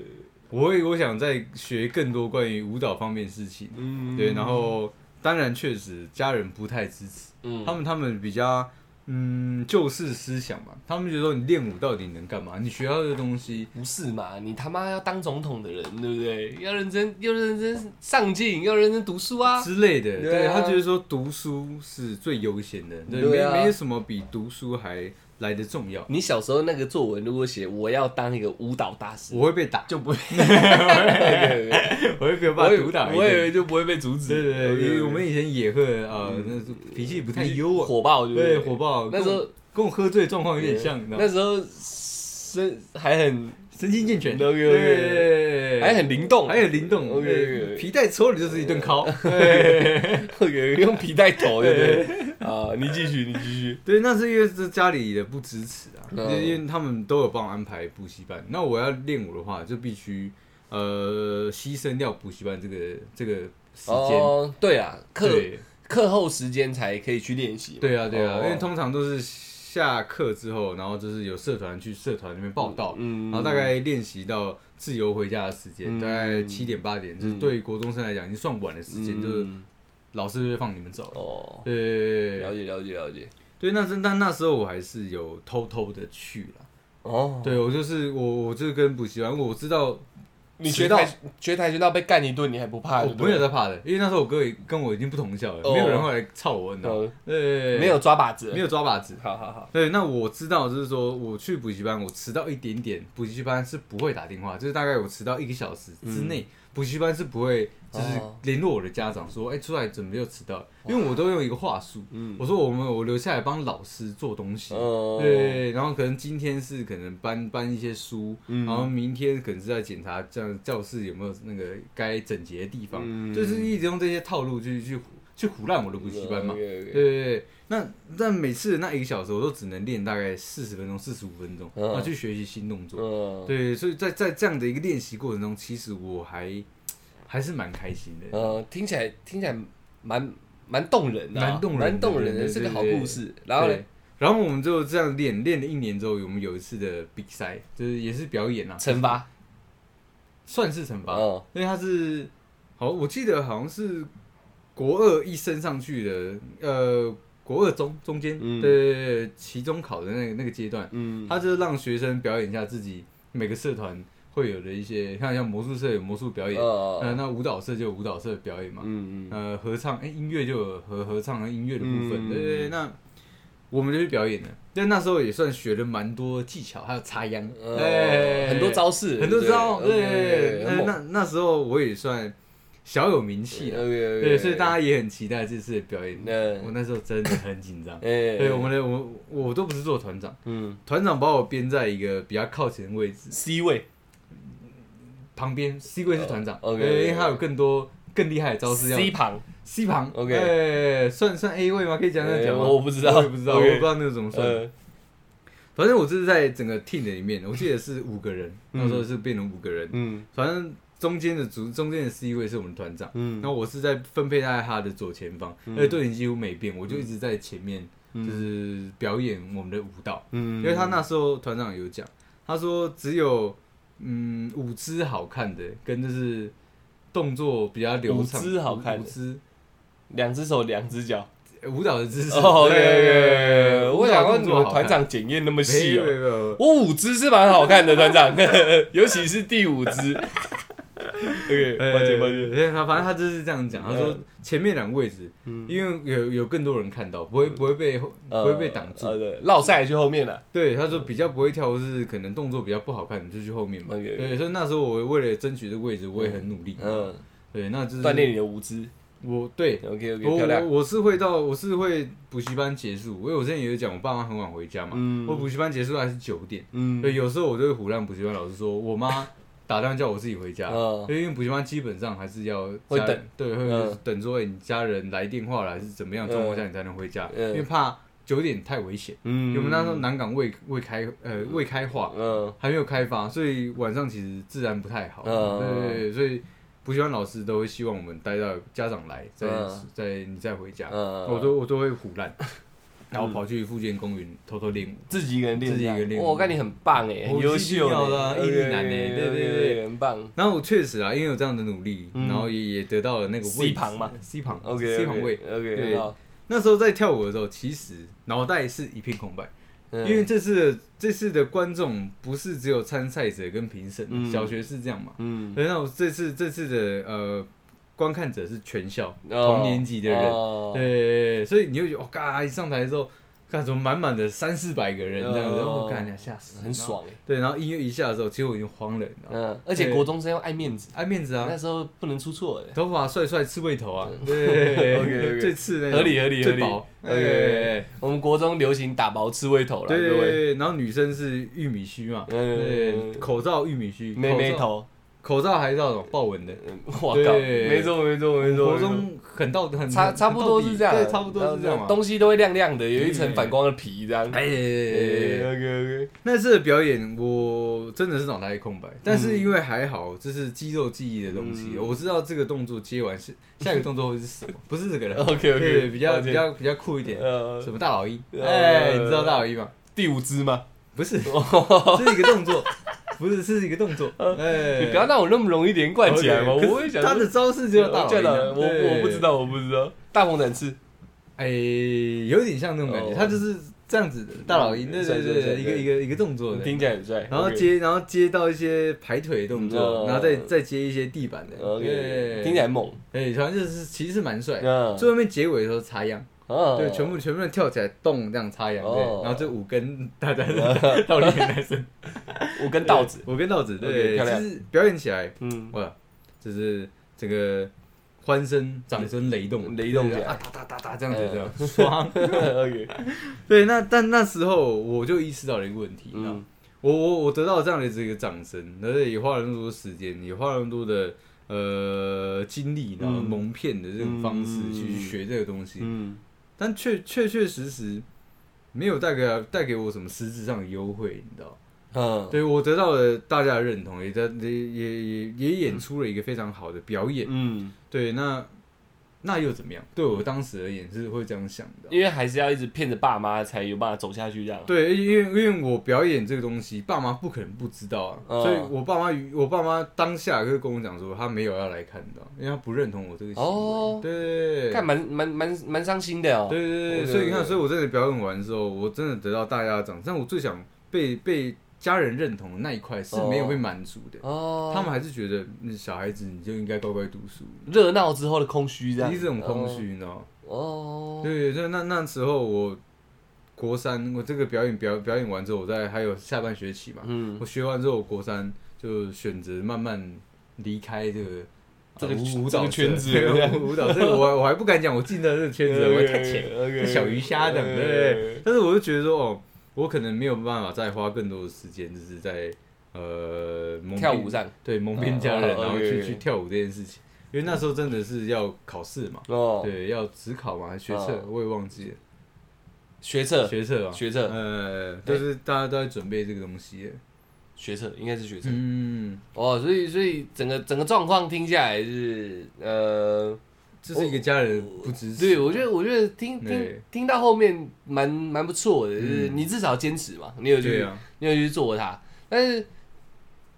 S2: 我会我想再学更多关于舞蹈方面的事情，
S1: 嗯
S2: 对，然后当然确实家人不太支持，
S1: 嗯
S2: 他们他们比较嗯旧式思想嘛，他们觉得说你练舞到底能干嘛？你学到的东西。
S1: 不是嘛？你他妈要当总统的人，对不对？要认真，要认真上进，要认真读书啊！
S2: 之类的，
S1: 对
S2: 对
S1: 啊
S2: 他觉得说读书是最优先的，对，
S1: 对啊
S2: 没没什么比读书还来的重要。
S1: 你小时候那个作文如果写我要当一个舞蹈大师，
S2: 我会被打，
S1: 就不会，
S2: 我会 [laughs] 被我
S1: 我
S2: 爸
S1: 以
S2: 毒打一顿。
S1: 我以为就不会被阻止。
S2: 对对对，因为我们
S1: 也
S2: 以前也会呃，那是脾气不太优啊，
S1: 火爆，
S2: 对
S1: 不
S2: 火爆。
S1: 那时候
S2: 跟我跟我喝醉状况有点像，你知道吗
S1: 那时候身还很
S2: 神经健全，
S1: OK，OK，OK
S2: 对
S1: 还很灵动，
S2: 还有灵动
S1: OK，OK，OK
S2: 对皮带抽你就是一顿敲。
S1: [laughs] 有用皮带头，对不对？啊，你继续，你继续。
S2: 对，那是因为这家里的不支持啊，
S1: 嗯
S2: 因为他们都有帮我安排补习班。那我要练舞的话，就必须呃牺牲掉补习班这个这个时间。
S1: 哦，对啊，课
S2: 对
S1: 课后时间才可以去练习嘛。
S2: 对啊对啊，
S1: 哦
S2: 因为通常都是下课之后，然后就是有社团去社团那边报道，
S1: 嗯
S2: 然后大概练习到自由回家的时间，
S1: 嗯
S2: 大概七点八点，就是
S1: 嗯
S2: 对国中生来讲已经算晚的时间，就是
S1: 嗯
S2: 老师就会放你们走了。
S1: 哦，
S2: 对对对对
S1: 了
S2: 对
S1: 解了解了解。
S2: 对，那是那那时候我还是有偷偷的去了。
S1: 哦，
S2: 对我就是我，我就跟补习班，我知道
S1: 你
S2: 迟
S1: 学
S2: 到
S1: 跆学跆拳道被干一顿，你还不怕？
S2: 我
S1: 对不
S2: 没
S1: 对
S2: 有在怕的，因为那时候我哥也跟我已经不同校了，
S1: 哦
S2: 没有人会来操我，你知道吗？
S1: 哦
S2: 对，
S1: 没有抓把子，
S2: 没有抓把子。
S1: 好好好，
S2: 对，那我知道就是说，我去补习班，我迟到一点点，补习班是不会打电话，就是大概我迟到一个小时之内，补习班是不会就是
S1: 嗯哦
S2: 联络我的家长说，哎、出来怎么又迟到？因为我都用一个话术，
S1: 嗯，
S2: 我说我们我留下来帮老师做东西，
S1: 哦，
S2: 对，然后可能今天是可能搬搬一些书，
S1: 嗯
S2: 然后明天可能是在检查这样教室有没有那个该整洁的地方，
S1: 嗯
S2: 就是一直用这些套路去去唬去唬烂我的补习班嘛。对
S1: OK，OK
S2: 对对，那但每次那一个小时我都只能练大概四十分钟、四十五分钟，
S1: 嗯
S2: 然后去学习新动作。
S1: 嗯，
S2: 对，所以在在这样的一个练习过程中，其实我还还是蛮开心的。
S1: 呃，听起来听起来蛮蛮动人的啊，
S2: 蛮动人的
S1: 蛮动人
S2: 对
S1: 的，
S2: 对
S1: 是个好
S2: 对对
S1: 故事。然后呢
S2: 对，然后我们就这样练，练了一年之后，我们有一次的比赛，就是也是表演啊，
S1: 惩罚，
S2: 算是惩罚，
S1: 嗯
S2: 因为他是好，我记得好像是国二一升上去的，呃，国二中中间，
S1: 嗯
S2: 对对对对，期中考的那个那个阶段，
S1: 嗯，
S2: 他就是让学生表演一下自己每个社团会有的一些，看像魔术社有魔术表演，呃，
S1: 呃，
S2: 那舞蹈社就有舞蹈社的表演嘛，
S1: 嗯嗯，
S2: 呃，合唱，哎、音乐就有合合唱和音乐的部分，
S1: 嗯
S2: 对对对，那我们就去表演了，但那时候也算学了蛮多技巧，还有插秧，
S1: 呃
S2: 哎
S1: 很多招式，
S2: 很多招，
S1: 对，OK，
S2: 对，哎
S1: 很
S2: 那那
S1: 猛
S2: 那时候我也算小有名气了，
S1: ，OK，OK，
S2: 对，所以大家也很期待这次的表演。我
S1: 那，，
S2: 那时候真的很紧张
S1: [laughs] 哎，
S2: 对，我们的我我都不是做团长，
S1: 嗯
S2: 团长把我编在一个比较靠前的位置，
S1: ，C 位
S2: 旁边 C 位是团长，
S1: 哦，OK，
S2: 对，因为他有更多更厉害的招式要
S1: ，C 旁，
S2: C 旁
S1: OK
S2: 哎，算算 A 位吗？可以讲这样讲吗？
S1: 哎我不知道
S2: 我也不知道，我
S1: OK
S2: 也不知道那个怎么算。
S1: 呃，
S2: 反正我就是在整个 team 里面，我记得是五个人，
S1: 嗯
S2: 那时候是变成五个人，
S1: 嗯
S2: 反正中间的组中间的 C 位是我们团长，
S1: 嗯
S2: 然后我是在分配在他的左前方，
S1: 嗯
S2: 而且队形几乎没变，我就一直在前面，就是表演我们的舞蹈。
S1: 嗯
S2: 因为他那时候团长有讲，他说只有嗯舞姿好看的跟就是动作比较流畅，
S1: 舞姿好看的
S2: 舞姿
S1: 两只手，两只脚。
S2: 呃舞蹈的姿势。
S1: 哦
S2: 对
S1: ，OK，我想问你们团
S2: 没
S1: 长检验那么细
S2: 有没
S1: 哦。
S2: 有没有，
S1: 我五只是蛮好看的，团长， [laughs] 尤其是第五
S2: [laughs]
S1: 只。OK， [laughs]
S2: 呃
S1: 抱歉抱歉。
S2: 对他反正他就是这样讲，他
S1: 嗯
S2: 说前面两个位置，因为有有更多人看到，不会不会被不
S1: 呃
S2: 哎会被挡住。
S1: 呃对，绕赛去后面了。
S2: 对，他说比较不会跳，或是可能动作比较不好看，你就去后面嘛。
S1: OK，OK
S2: 对，所以那时候我为了争取这个位置，我也很努力。
S1: 嗯，
S2: 对，那就是
S1: 锻炼你的五肢。
S2: 我对
S1: OK OK，
S2: 我
S1: 漂
S2: 我
S1: 亮。
S2: 我是会到我是会补习班结束，因为我之前也有讲，我爸妈很晚回家嘛，
S1: 嗯
S2: 我补习班结束还是九点，
S1: 嗯
S2: 对，有时候我就会胡乱补习班老师说，我妈打电话叫我自己回家，
S1: 嗯
S2: 因为补习班基本上还是要
S1: 会
S2: 家人
S1: 等，
S2: 对，会
S1: 嗯
S2: 等说、哎你家人来电话了还是怎么样状况下你才能回家，
S1: 嗯
S2: 因为怕九点太危险，
S1: 嗯
S2: 因为我们那时候南港未未开呃未开化，
S1: 嗯
S2: 还没有开发，所以晚上其实自然不太好。
S1: 嗯
S2: 对对对，所以补习班老师都会希望我们待到家长来，再
S1: 嗯
S2: 再你再回家。
S1: 嗯
S2: 我都我都会胡
S1: [laughs]
S2: 乱，然后跑去附近公园偷偷练舞。
S1: 自己一个人练，
S2: 自己一个人练
S1: 哇我看你很棒哎，很
S2: 我
S1: 优
S2: 是一
S1: 秀
S2: 定要的啊
S1: OK，OK，
S2: 毅力男哎对对
S1: OK，OK，
S2: 对
S1: 很棒。
S2: 然后我确实啊，因为有这样的努力，
S1: 嗯
S2: 然后也也得到了那个
S1: C
S2: 位置
S1: 旁嘛
S2: ，C 旁
S1: OK
S2: C 旁位。
S1: OK
S2: 对
S1: 好，
S2: 那时候在跳舞的时候，其实脑袋是一片空白，
S1: 嗯
S2: 因为这次的这次的观众不是只有参赛者跟评审，
S1: 嗯
S2: 小学是这样嘛，
S1: 嗯
S2: 对，那我这次这次的呃观看者是全校、
S1: 哦
S2: 同年级的人，
S1: 哦
S2: 对，所以你会觉得哦，嘎一上台之后，看怎么满满的三四百个人这样子，
S1: 嗯
S2: 我干，吓死了，
S1: 很爽哎、
S2: 对，然后音乐一下的时候，其实我已经慌了，你知道吗？
S1: 嗯，而且
S2: 对
S1: 国中生要爱面子，
S2: 爱面子啊
S1: 那，时候不能出错的。
S2: 头发帅帅刺猬头啊，对
S1: OK，OK
S2: 最刺那种
S1: 合理合理合
S2: 最
S1: 理
S2: 薄，哎
S1: ，OK，我们国中流行打薄刺猬头了，
S2: 对
S1: 各
S2: 对
S1: 位，
S2: 对，然后女生是玉米须嘛，
S1: 嗯
S2: 对，口罩玉米须，
S1: 妹妹
S2: 口罩，
S1: 头，
S2: 口罩还是那种豹纹的。
S1: 嗯我靠，
S2: 对
S1: 没错没错没错，
S2: 国
S1: 没错
S2: 中很到
S1: [laughs]
S2: 很
S1: 差
S2: 很
S1: 差不多
S2: 很到
S1: 是
S2: 底
S1: 这样，
S2: 对，差不多是这样嘛。
S1: 东西都会亮亮的，有一层反光的皮这样。
S2: 哎哎哎哎哎，
S1: ，OK OK，
S2: 那次的表演我真的是脑袋空白，但是因为还好，这是肌肉记忆的东西，
S1: 嗯
S2: 我知道这个动作接完是下一个动作会是什么，不是这
S1: [laughs]
S2: 个了。
S1: OK，OK，
S2: 对比较
S1: 抱歉
S2: 比较比较酷一点，
S1: 呃
S2: 什，么大老鹰？
S1: 呃
S2: 哎，你知道大老鹰吗？
S1: 第五只吗？[laughs]
S2: 不是，是一个动作，不是是一个动作。哎，
S1: 呃你不要让我那么容易连贯起来嘛，
S2: 可是
S1: 我会想
S2: 他
S1: 说
S2: 的招式就叫大老
S1: 叫
S2: 鹰
S1: 大
S2: 啊
S1: 老，我我不知
S2: 对
S1: 道，我不知道，大鹏展翅，
S2: 哎、有点像那种感觉，
S1: 哦嗯
S2: 他就是这样子的大老鹰，对对
S1: 帅帅
S2: 对对，
S1: 帅
S2: 一个一个一个动作的，
S1: 听起来很帅。
S2: 然后
S1: OK，
S2: 接然后接到一些排腿的动作，
S1: 嗯
S2: 然后再再接一些地板的
S1: ，OK，
S2: 对
S1: 听起来很猛。
S2: 哎，反正就是其实是蛮帅的。
S1: 嗯，
S2: 最后面结尾的时候插秧，
S1: 啊
S2: 对，全部全部人跳起来动这样插秧，对
S1: 哦，
S2: 然后这五根大家
S1: [laughs]
S2: 到里面来伸，
S1: 我跟稻子，
S2: 五根稻子，
S1: OK，
S2: 对，
S1: 漂亮
S2: 其实表演起来 [laughs]
S1: 嗯，
S2: 哇，就是这个欢声、掌声雷动，
S1: 雷动起哎
S2: 对
S1: 来
S2: 啊，哒哒哒哒这样子，这样 [laughs] 爽。
S1: OK，
S2: 对，那但那时候我就意识到了一个问题，
S1: 嗯，
S2: 我我我得到这样的这个掌声，而且也花了那么多时间，也花了那么多的呃精力，然后
S1: 嗯
S2: 蒙骗的这种方式
S1: 嗯
S2: 去学这个东西，
S1: 嗯，
S2: 但确确确实实没有带给带给我什么实质上的优惠，你知道？
S1: 嗯，
S2: 对我得到了大家的认同，也在也也也也演出了一个非常好的表演。
S1: 嗯，
S2: 对，那那又怎么样？对我当时而言是会这样想的。
S1: 因为还是要一直骗着爸妈才有办法走下去这样。
S2: 对，因为因为因为我表演这个东西，爸妈不可能不知道啊，
S1: 嗯
S2: 所以我爸妈与我爸妈当下就跟我讲说，他没有要来看的，因为他不认同我这个行为。
S1: 哦
S2: 对对对
S1: 看蛮蛮蛮蛮伤心的哦。
S2: 对对对，
S1: 对
S2: 所以你看，
S1: 对
S2: 所以我真的表演完之后，我真的得到大家的掌声。但我最想被被家人认同的那一块是没有被满足的，
S1: 哦，
S2: 他们还是觉得嗯小孩子你就应该乖乖读书，
S1: 热闹之后的空虚这样，
S2: 一直很空虚，你知道吗？
S1: 哦。哦，
S2: 对，所以那那时候我国三，我这个表演表表演完之后，我在还有下半学期嘛，
S1: 嗯，
S2: 我学完之后，我国三就选择慢慢离开这个
S1: 这个
S2: 呃
S1: 圈
S2: 舞舞
S1: 这
S2: 蹈
S1: 个圈子
S2: 对
S1: 这样
S2: [laughs] 舞蹈这个我我还不敢讲，我进到这个圈子我还太浅，
S1: 浅
S2: 太小鱼虾等，对。但是我就觉得说，哦，我可能没有办法再花更多的时间，就是在呃蒙
S1: 跳
S2: 蔽
S1: 舞上
S2: 对蒙骗家人，
S1: 哦哦哦
S2: 然后去
S1: OK，OK
S2: 去跳舞这件事情，因为那时候真的是要考试嘛，
S1: 哦，
S2: 对，要职考嘛，还是学测
S1: 哦
S2: 我也忘记了，
S1: 学测
S2: 学测啊，
S1: 学测
S2: 呃，就是大家都在准备这个东西了，
S1: 学测应该是学测
S2: 嗯。
S1: 哦，所以所以整个整个状况听下来是呃，
S2: 这是一个家人不支持。
S1: 对我觉得我觉得听听
S2: 对
S1: 听到后面蛮蛮不错的，就是
S2: 嗯
S1: 你至少坚持嘛，你有去
S2: 对啊，
S1: 你有去做它，但是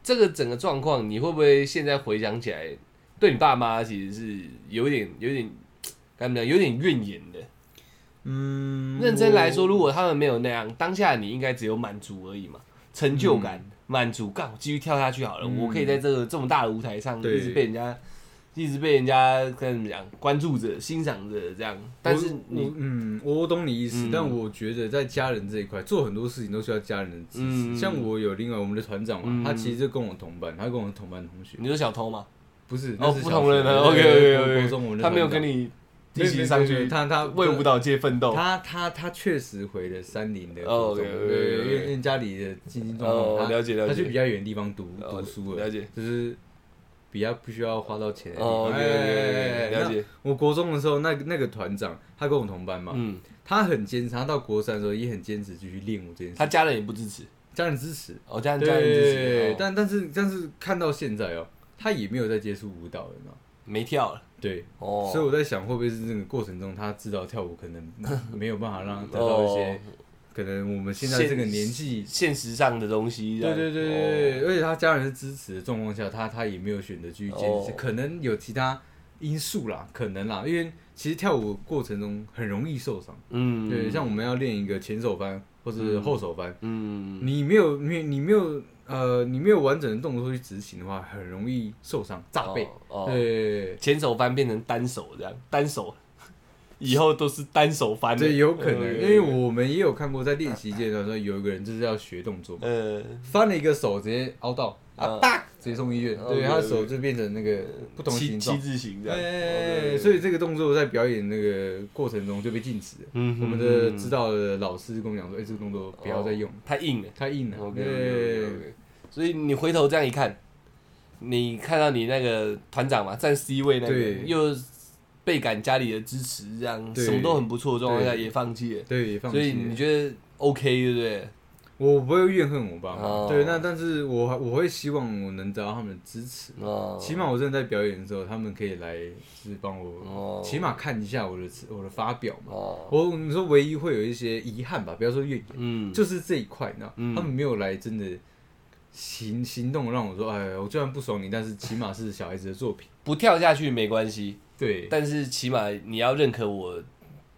S1: 这个整个状况，你会不会现在回想起来，对你爸妈其实是有点有点，该怎么讲，有点怨言的。
S2: 嗯
S1: 认真来说，如果他们没有那样，当下你应该只有满足而已嘛，成就感、满、足感，干我继续跳下去好了，
S2: 嗯
S1: 我可以在这个这么大的舞台上
S2: 对
S1: 一直被人家。一直被人家跟你讲关注着、欣赏着这样，但是
S2: 我
S1: 你
S2: 我嗯，我懂你意思
S1: 嗯，
S2: 但我觉得在家人这一块做很多事情都需要家人的支
S1: 嗯
S2: 持。像我有另外我们的团长
S1: 嗯
S2: 嘛，他其实就跟我同班，他跟我同班同学，
S1: 你说小偷嘛，
S2: 不是
S1: 哦，
S2: 那是
S1: 不
S2: 小
S1: 同人
S2: 学
S1: 了
S2: 对对对
S1: ，OK
S2: 国中我
S1: OK OK，
S2: 们的
S1: 他没有
S2: 团
S1: 跟
S2: 长
S1: 你
S2: 没
S1: 一
S2: 有
S1: 起
S2: 没有
S1: 上
S2: 没
S1: 去
S2: 有他他
S1: 为舞蹈界奋斗，
S2: 他他他确实回了山林的
S1: 哦
S2: 国
S1: 对
S2: 中，
S1: 对
S2: 对
S1: 对
S2: 对，因
S1: 对
S2: 为因为家里的经济状
S1: 哦
S2: 况，他
S1: 了解了
S2: 他
S1: 解
S2: 去比较远的地方读
S1: 哦
S2: 读书
S1: 了解
S2: 就是比较不需要花到钱的地
S1: 哦
S2: 方。哎
S1: ，OK，OK，OK，了解。
S2: 那我国中的时候，那个那个团长他跟我同班嘛，
S1: 嗯，
S2: 他很坚持，他到国三的时候也很坚持继续练舞这件事
S1: 他
S2: 情，
S1: 家人也不支持，
S2: 家人支持，
S1: 哦，家人家人支持
S2: 对，，
S1: 哦
S2: 但但是但是看到现在哦，他也没有在接触舞蹈了嘛，
S1: 没跳了，
S2: 对。
S1: 哦，
S2: 所以我在想，会不会是这个过程中，他知道跳舞可能没有办法让他得到一
S1: 哦
S2: 些，可能我们现在这个年纪，
S1: 现实上的东西哦这
S2: 对
S1: 样，
S2: 对对对，对而且他家人是支持的状况下，他他也没有选择继续坚持，
S1: 哦
S2: 可能有其他因素啦，可能啦，因为其实跳舞过程中很容易受伤，
S1: 嗯，
S2: 对，像我们要练一个前手翻或是后手翻，
S1: 嗯，
S2: 你没有没你没有呃你没有完整的动作去执行的话，很容易受伤炸背，
S1: 哦，哦
S2: 对。
S1: 前手翻变成单手这样，单手 [laughs] 以后都是单手翻的。
S2: 这有可能，
S1: 嗯
S2: 因为我们也有看过，在练习阶段的时候，有一个人就是要学动作嘛，
S1: 呃，
S2: 翻了一个手直接凹到啊，
S1: 嗯哦
S2: 啪，直接送医院，
S1: OK，OK
S2: 对，他的手就变成那个不同
S1: 七
S2: 形
S1: 七
S2: 状。
S1: 字形这样。哦
S2: 哎，所以这个动作在表演那个过程中就被禁止了。
S1: 嗯哦
S2: 我们的指导的老师跟我们讲说，哎，这个动作不要再用，
S1: 太硬了。
S2: 太硬了。对，
S1: OK，所以你回头这样一看，你看到你那个团长嘛，站 C 位那个，
S2: 对
S1: 又倍感家里的支持，这样
S2: 对
S1: 什么都很不错的状况下
S2: 对
S1: 也放弃了，
S2: 对，放
S1: 所以
S2: 弃
S1: 你
S2: 了。
S1: 觉得 OK 对不对？
S2: 我不会怨恨我爸妈
S1: 哦，
S2: 对，那但是我还我会希望我能得到他们的支持。
S1: 哦，
S2: 起码我真的在表演的时候，他们可以来，就是帮我
S1: 哦，
S2: 起码看一下我的我的发表嘛。
S1: 哦，
S2: 我你说唯一会有一些遗憾吧，不要说怨言，
S1: 嗯，
S2: 就是这一块，呢，
S1: 嗯
S2: 他们没有来真的行行动让我说，哎，我虽然不爽你，但是起码是小孩子的作品。
S1: 不跳下去没关系，
S2: 对
S1: 但是起码你要认可我，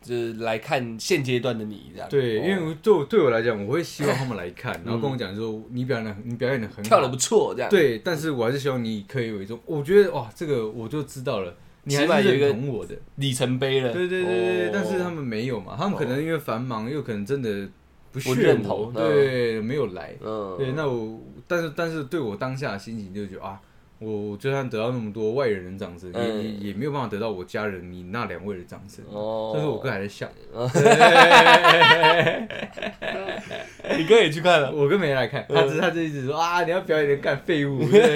S1: 就是来看现阶段的你这样。
S2: 对，
S1: 哦嗯
S2: 因为我对我对我来讲，我会希望他们来看，然后跟我讲说你表演的你表演的很好，
S1: 跳的不错这样。
S2: 对，但是我还是希望你可以有一种，我觉得哇，这个我就知道了，你还
S1: 起码
S2: 是
S1: 有一个
S2: 认同我的，
S1: 里程碑了。
S2: 对对对对，
S1: 哦
S2: 但是他们没有嘛，他们可能因为繁忙，又可能真的不屑
S1: 不认同嗯
S2: 我对，没有来，
S1: 嗯，
S2: 对，那我但是但是对我当下的心情就觉得啊，我我就算得到那么多外人的掌声，也也
S1: 嗯
S2: 也没有办法得到我家人你那两位的掌声，
S1: 哦，
S2: 但是我哥还在笑，
S1: 你哥也去看了。
S2: [laughs] 我哥没来看，他
S1: 嗯
S2: 只是他就一直说啊，你要表演的干
S1: [laughs]
S2: 废物，对，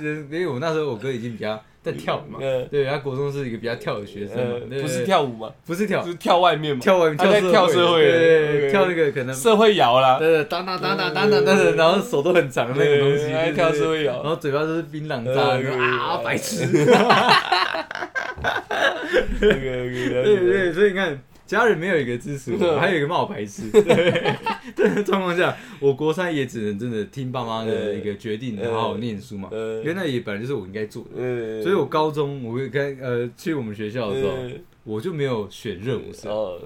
S2: 就是因为我那时候我哥已经比较在跳舞嘛，
S1: 嗯
S2: 对，他国中是一个比较跳的学生
S1: 呃
S2: 嘛，对
S1: 不是跳舞嘛，
S2: 不是跳
S1: 是跳外面嘛，
S2: 跳外面
S1: 他在跳
S2: 社
S1: 社
S2: 会
S1: 会
S2: 的，
S1: 的
S2: 对
S1: 对
S2: 跳那个可能
S1: 社会摇啦，
S2: 呃，当当当当当当当当，然后手都很长的那个东西，
S1: 对
S2: 对
S1: 跳
S2: 对
S1: 社会摇
S2: 然后嘴巴都是槟榔渣，
S1: 对
S2: 然
S1: 对
S2: 后啊，
S1: 对
S2: 白痴，
S1: 对对
S2: 对对，所以你看，家人没有一个支持我，
S1: 对
S2: 还有一个骂我白痴，对，但是状况下，我国三也只能真的听爸妈的一个决定，
S1: 对
S2: 好好念书嘛，
S1: 对
S2: 因为那也本来就是我应该做的。
S1: 呃
S2: 所以，我高中我跟呃去我们学校的时候，
S1: 呃
S2: 我就没有选热舞社，
S1: 哦，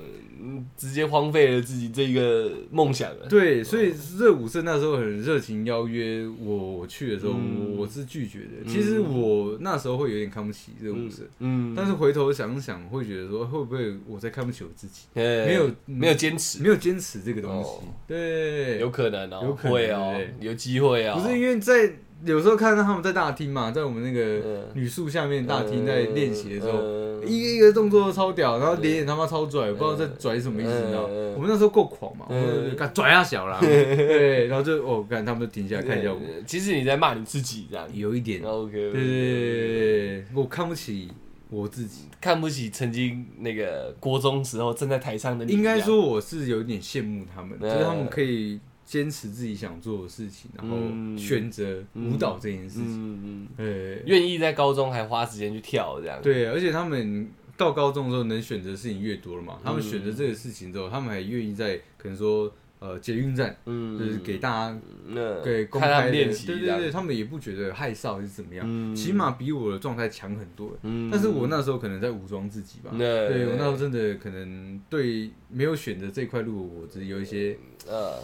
S1: 嗯直接荒废了自己这个梦想啊了。
S2: 对，所以热舞社那时候很热情邀约我，我去的时候，
S1: 嗯
S2: 我我是拒绝的。其实我那时候会有点看不起热舞社，
S1: 嗯，
S2: 但是回头想想，会觉得说会不会我在看不起我自己，
S1: 呃
S2: 没有嗯
S1: 没有坚持，
S2: 没有坚持这个东西。
S1: 哦
S2: 对，
S1: 有可能
S2: 有
S1: 哦，
S2: 可能
S1: 会哦
S2: 对，
S1: 有机会哦。
S2: 不是因为在有时候看到他们在大厅嘛，在我们那个
S1: 嗯
S2: 女宿下面大厅在练习的时候。
S1: 呃
S2: 一个一个动作都超屌，然后脸也他妈超拽，不知道在拽什么意思，你知道吗？
S1: 嗯嗯嗯嗯
S2: 我们那时候够狂嘛，我们就干拽啊小
S1: [laughs]
S2: 啦，对，然后就哦，干他们就停下来看一下我，
S1: 呃其实你在骂你自己这样。
S2: 有一点，
S1: OK，
S2: 对对对，我看不起我自己，
S1: 看不起曾经那个国中时候站在台上的你。
S2: 应该，说我是有点羡慕他们，
S1: 嗯
S2: 就是他们可以坚持自己想做的事情，然后
S1: 嗯
S2: 选择舞蹈这件事情，
S1: 嗯嗯，
S2: 对
S1: 愿意在高中还花时间去跳这样。
S2: 对，而且他们到高中的时候能选择的事情越多了
S1: 嗯
S2: 嘛，他们选择这个事情之后，他们还愿意在可能说呃捷运站。
S1: 嗯，
S2: 就是给大家
S1: 那
S2: 对公
S1: 看他
S2: 开
S1: 们
S2: 的
S1: 练习
S2: 对
S1: 这
S2: 对
S1: 样，
S2: 对，他们也不觉得害臊还是怎么样，
S1: 嗯
S2: 起码比我的状态强很多。
S1: 嗯
S2: 但是我那时候可能在武装自己吧，
S1: 那
S2: 对我那时候真的可能对没有选择这块路，我只有一些
S1: 呃，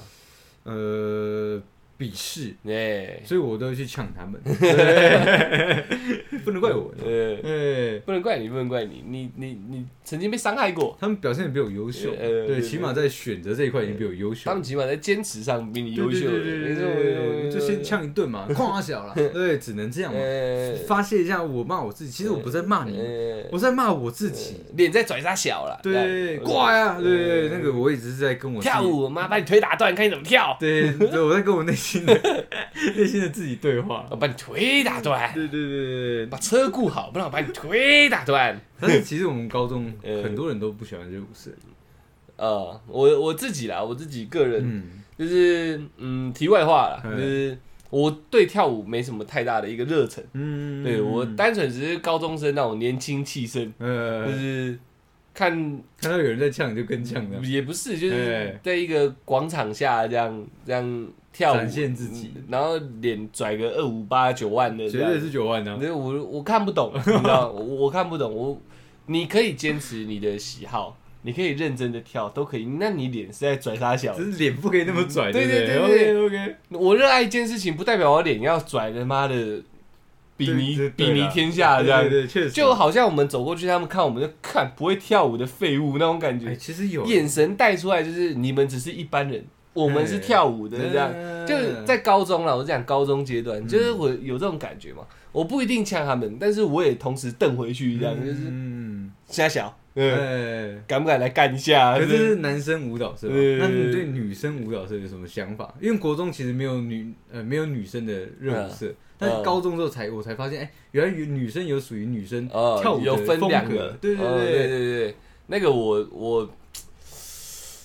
S2: 呃鄙视，
S1: 哎，
S2: 所以我都会去抢他们， [laughs] 对不能怪
S1: [laughs]
S2: 我。
S1: 呃，
S2: 对，
S1: 不能怪你，不能怪你，你你你曾经被伤害过，
S2: 他们表现得比我优秀，
S1: 呃呃
S2: 对，
S1: 对
S2: 起码在选择这一块已经比我优秀
S1: 他。们起码在坚持上比你优秀
S2: 对
S1: 了，
S2: 对对
S1: 没错
S2: 对对
S1: 没
S2: 对，
S1: 错
S2: 就先呛一顿嘛，框
S1: [laughs]
S2: 小了，对，只能这样嘛。
S1: 呃，
S2: 发泄一下我骂我自己。其实我不在骂你，
S1: 呃
S2: 我在骂我自己。
S1: 脸在拽他小了，
S2: 对，
S1: 这样呃
S2: 怪啊，对，那个我一直是在跟我自己
S1: 跳，舞，妈把你腿打断，看你怎么跳，
S2: 对，对，我在跟我内心的 [laughs] 内心的自己对话。
S1: 哦我把你腿打断，
S2: 对对对对对，
S1: 把车顾好，不然我把你腿打断。
S2: 但是其实我们高 [laughs] 中
S1: 呃
S2: 很多人都不喜欢这舞社，
S1: 呃，我我自己啦，我自己个人
S2: 嗯，
S1: 就是嗯，题外话啦，
S2: 嗯
S1: 就是我对跳舞没什么太大的一个热忱，
S2: 嗯
S1: 对我单纯只是高中生那种年轻气盛，就
S2: 呃，
S1: 是看
S2: 看到有人在呛你就跟呛的，
S1: 也不是，就
S2: 哎
S1: 是在一个广场下这样这样跳舞，
S2: 展现自己
S1: 嗯然后脸拽个二五八九万的这
S2: 绝
S1: 样，
S2: 对是九万啊。
S1: 对我我看不懂，你知道，我我看不懂，我你可以坚持你的喜好。你可以认真的跳，都可以。那你脸是在拽啥小的？
S2: 只是脸不可以那么拽，
S1: 对
S2: 不
S1: 对对对
S2: ？OK OK，
S1: 我热爱一件事情，不代表我脸要拽的妈的比
S2: 对
S1: 拟
S2: 对
S1: 比
S2: 对
S1: 拟
S2: 啦
S1: 天下这
S2: 对
S1: 样，
S2: 对，确实
S1: 就好像我们走过去，他们看我们就看不会跳舞的废物那种感觉，
S2: 哎，其实 [laughs] 有
S1: 眼神带出来就是你们只是一般人，我们是跳舞的这样。
S2: 嗯
S1: 就是在高中啦，我讲高中阶段，就是我有这种感觉嘛，我不一定呛他们，但是我也同时瞪回去这样，就是
S2: 嗯，
S1: 瞎小，嗯，
S2: 哎，
S1: 敢不敢来干一下？
S2: 可是这是男生舞蹈社
S1: 啊
S2: 嘛
S1: 对对，对
S2: 那你对女生舞蹈社有什么想法？因为国中其实没有女呃没有女生的热舞社，
S1: 啊
S2: 但是高中之后才我才发现，哎，原来有女生有属于女生
S1: 哦，
S2: 跳舞
S1: 有
S2: 的
S1: 分
S2: 风
S1: 两
S2: 格
S1: 个，，
S2: 对
S1: 哦
S2: 对
S1: 对
S2: 对，
S1: 对对，那个我我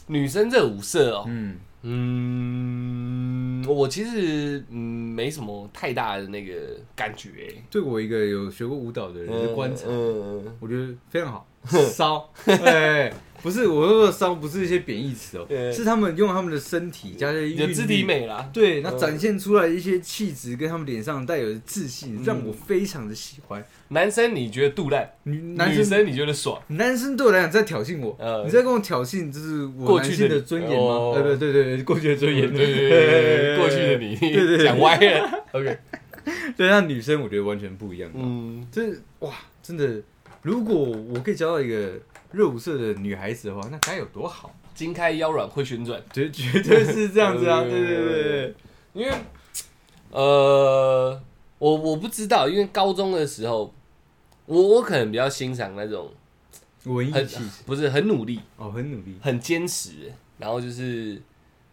S1: 女生这舞社哦，
S2: 嗯
S1: 嗯，我其实嗯没什么太大的那个感觉欸，
S2: 对我一个有学过舞蹈的人的观察，
S1: 嗯，嗯嗯
S2: 我觉得非常
S1: [laughs]
S2: 好，骚，哎，不是我说的骚，不是一些贬义词哦
S1: 对，
S2: 是他们用他们的身体加上一些
S1: 有
S2: 韵
S1: 肢
S2: 律
S1: 体美嗯啦，
S2: 对，那展现出来一些气质跟他们脸上带有的自
S1: 嗯
S2: 信，让我非常的喜欢。
S1: 男生你觉得肚烂，
S2: 女男
S1: 女
S2: 生
S1: 生你觉得爽，
S2: 男生对我来讲在挑衅我，
S1: 呃
S2: 你在跟我挑衅，就是我
S1: 过
S2: 男
S1: 去
S2: 性
S1: 的
S2: 的
S1: 你
S2: 尊严吗
S1: 哦？
S2: 呃，对对对，过去的尊
S1: 对
S2: 严，
S1: 对嗯对对，过去的你讲歪了，OK， [laughs]
S2: 你。对，那女生我觉得完全不一样。
S1: 嗯，
S2: 就是哇，真的，如果我可以交到一个热舞社的女孩子的话，那该有多好！
S1: 筋开腰软会旋转，
S2: 绝绝对是这样子啊！
S1: 对
S2: 对
S1: 对
S2: 对
S1: 对
S2: 对
S1: 对
S2: 对
S1: 对因为呃，我我不知道，因为高中的时候，我我可能比较欣赏那种
S2: 对文艺
S1: 很
S2: 气质
S1: 不是很努力、
S2: 哦，很努力。
S1: 很坚持，然后就是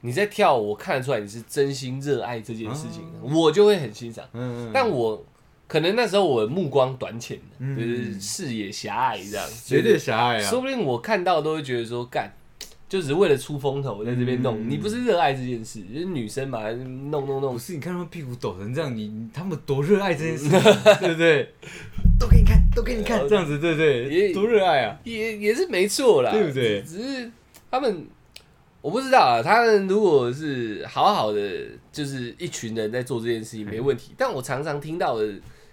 S1: 你在跳舞，我看得出来你是真心热爱这件事情
S2: 啊
S1: 的，我就会很欣赏。
S2: 嗯，
S1: 但我可能那时候我目光短浅的，
S2: 嗯
S1: 就是视野狭隘这样，
S2: 绝
S1: 就是
S2: 对狭隘啊！
S1: 说不定我看到都会觉得说干。就只是为了出风头，在这边弄，
S2: 嗯
S1: 你不是热爱这件事，就是女生嘛，弄弄弄
S2: 不，是，你看他们屁股抖成这样，你你他们多热爱这件事情，对不对？ [laughs] 都给你看，都给你看，这样子，对不
S1: 呃也
S2: 对？多热爱啊！
S1: 也也是没错啦，
S2: 对不对
S1: 只只是他们，我不知道啊。他们如果是好好的，就是一群人在做这件事情，没问
S2: 嗯
S1: 题。但我常常听到的，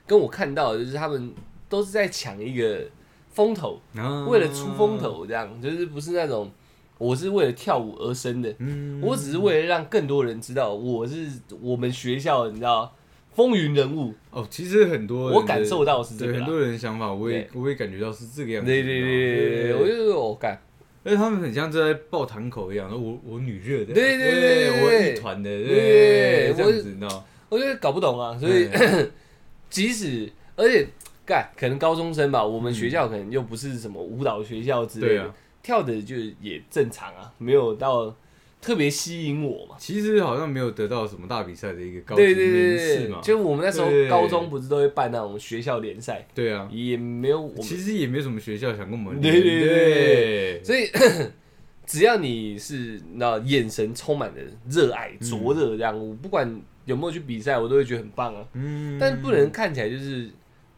S1: 跟我看到的，就是他们都是在抢一个风头，
S2: 嗯
S1: 为了出风，
S2: 啊
S1: 头，这样就是不是那种我是为了跳舞而生的，
S2: 嗯
S1: 我只是为了让更多人知道我是我们学校，你知道风云人物，
S2: 哦，其实很多人的
S1: 我感受到是这
S2: 对
S1: 个
S2: 很
S1: 啦。
S2: 多人的想法，我也我也感觉到是这个样
S1: 对
S2: 子。
S1: 对对对对对，我
S2: 对，
S1: 就说我干。
S2: 而且他们很像在爆堂口一样，我我女热的，
S1: 对对对对对
S2: 我一团的，
S1: 对
S2: 对，这
S1: 我
S2: 样子，你知道？
S1: 我觉得搞不懂啊，所以
S2: 嗯
S1: [coughs] 即使而且干可能高中生吧，我们学校可能又不是什么舞蹈学校之类
S2: 对
S1: 的，
S2: 啊，
S1: 跳的就也正常啊，没有到特别吸引我嘛。
S2: 其实好像没有得到什么大比赛的一个高级
S1: 对对
S2: 名
S1: 对
S2: 次
S1: 对，
S2: 嘛，
S1: 就我们那时候
S2: 对
S1: 高中不是都会办那种学校联赛，
S2: 对啊，
S1: 也没有我
S2: 其
S1: 们，
S2: 实也没有什么学校想跟我们
S1: 对对对
S2: 对
S1: 所以 [coughs] 只要你是那眼神充满了热爱、
S2: 嗯
S1: 灼热这样，我不管有没有去比赛，我都会觉得很棒啊。
S2: 嗯
S1: 但不能看起来就是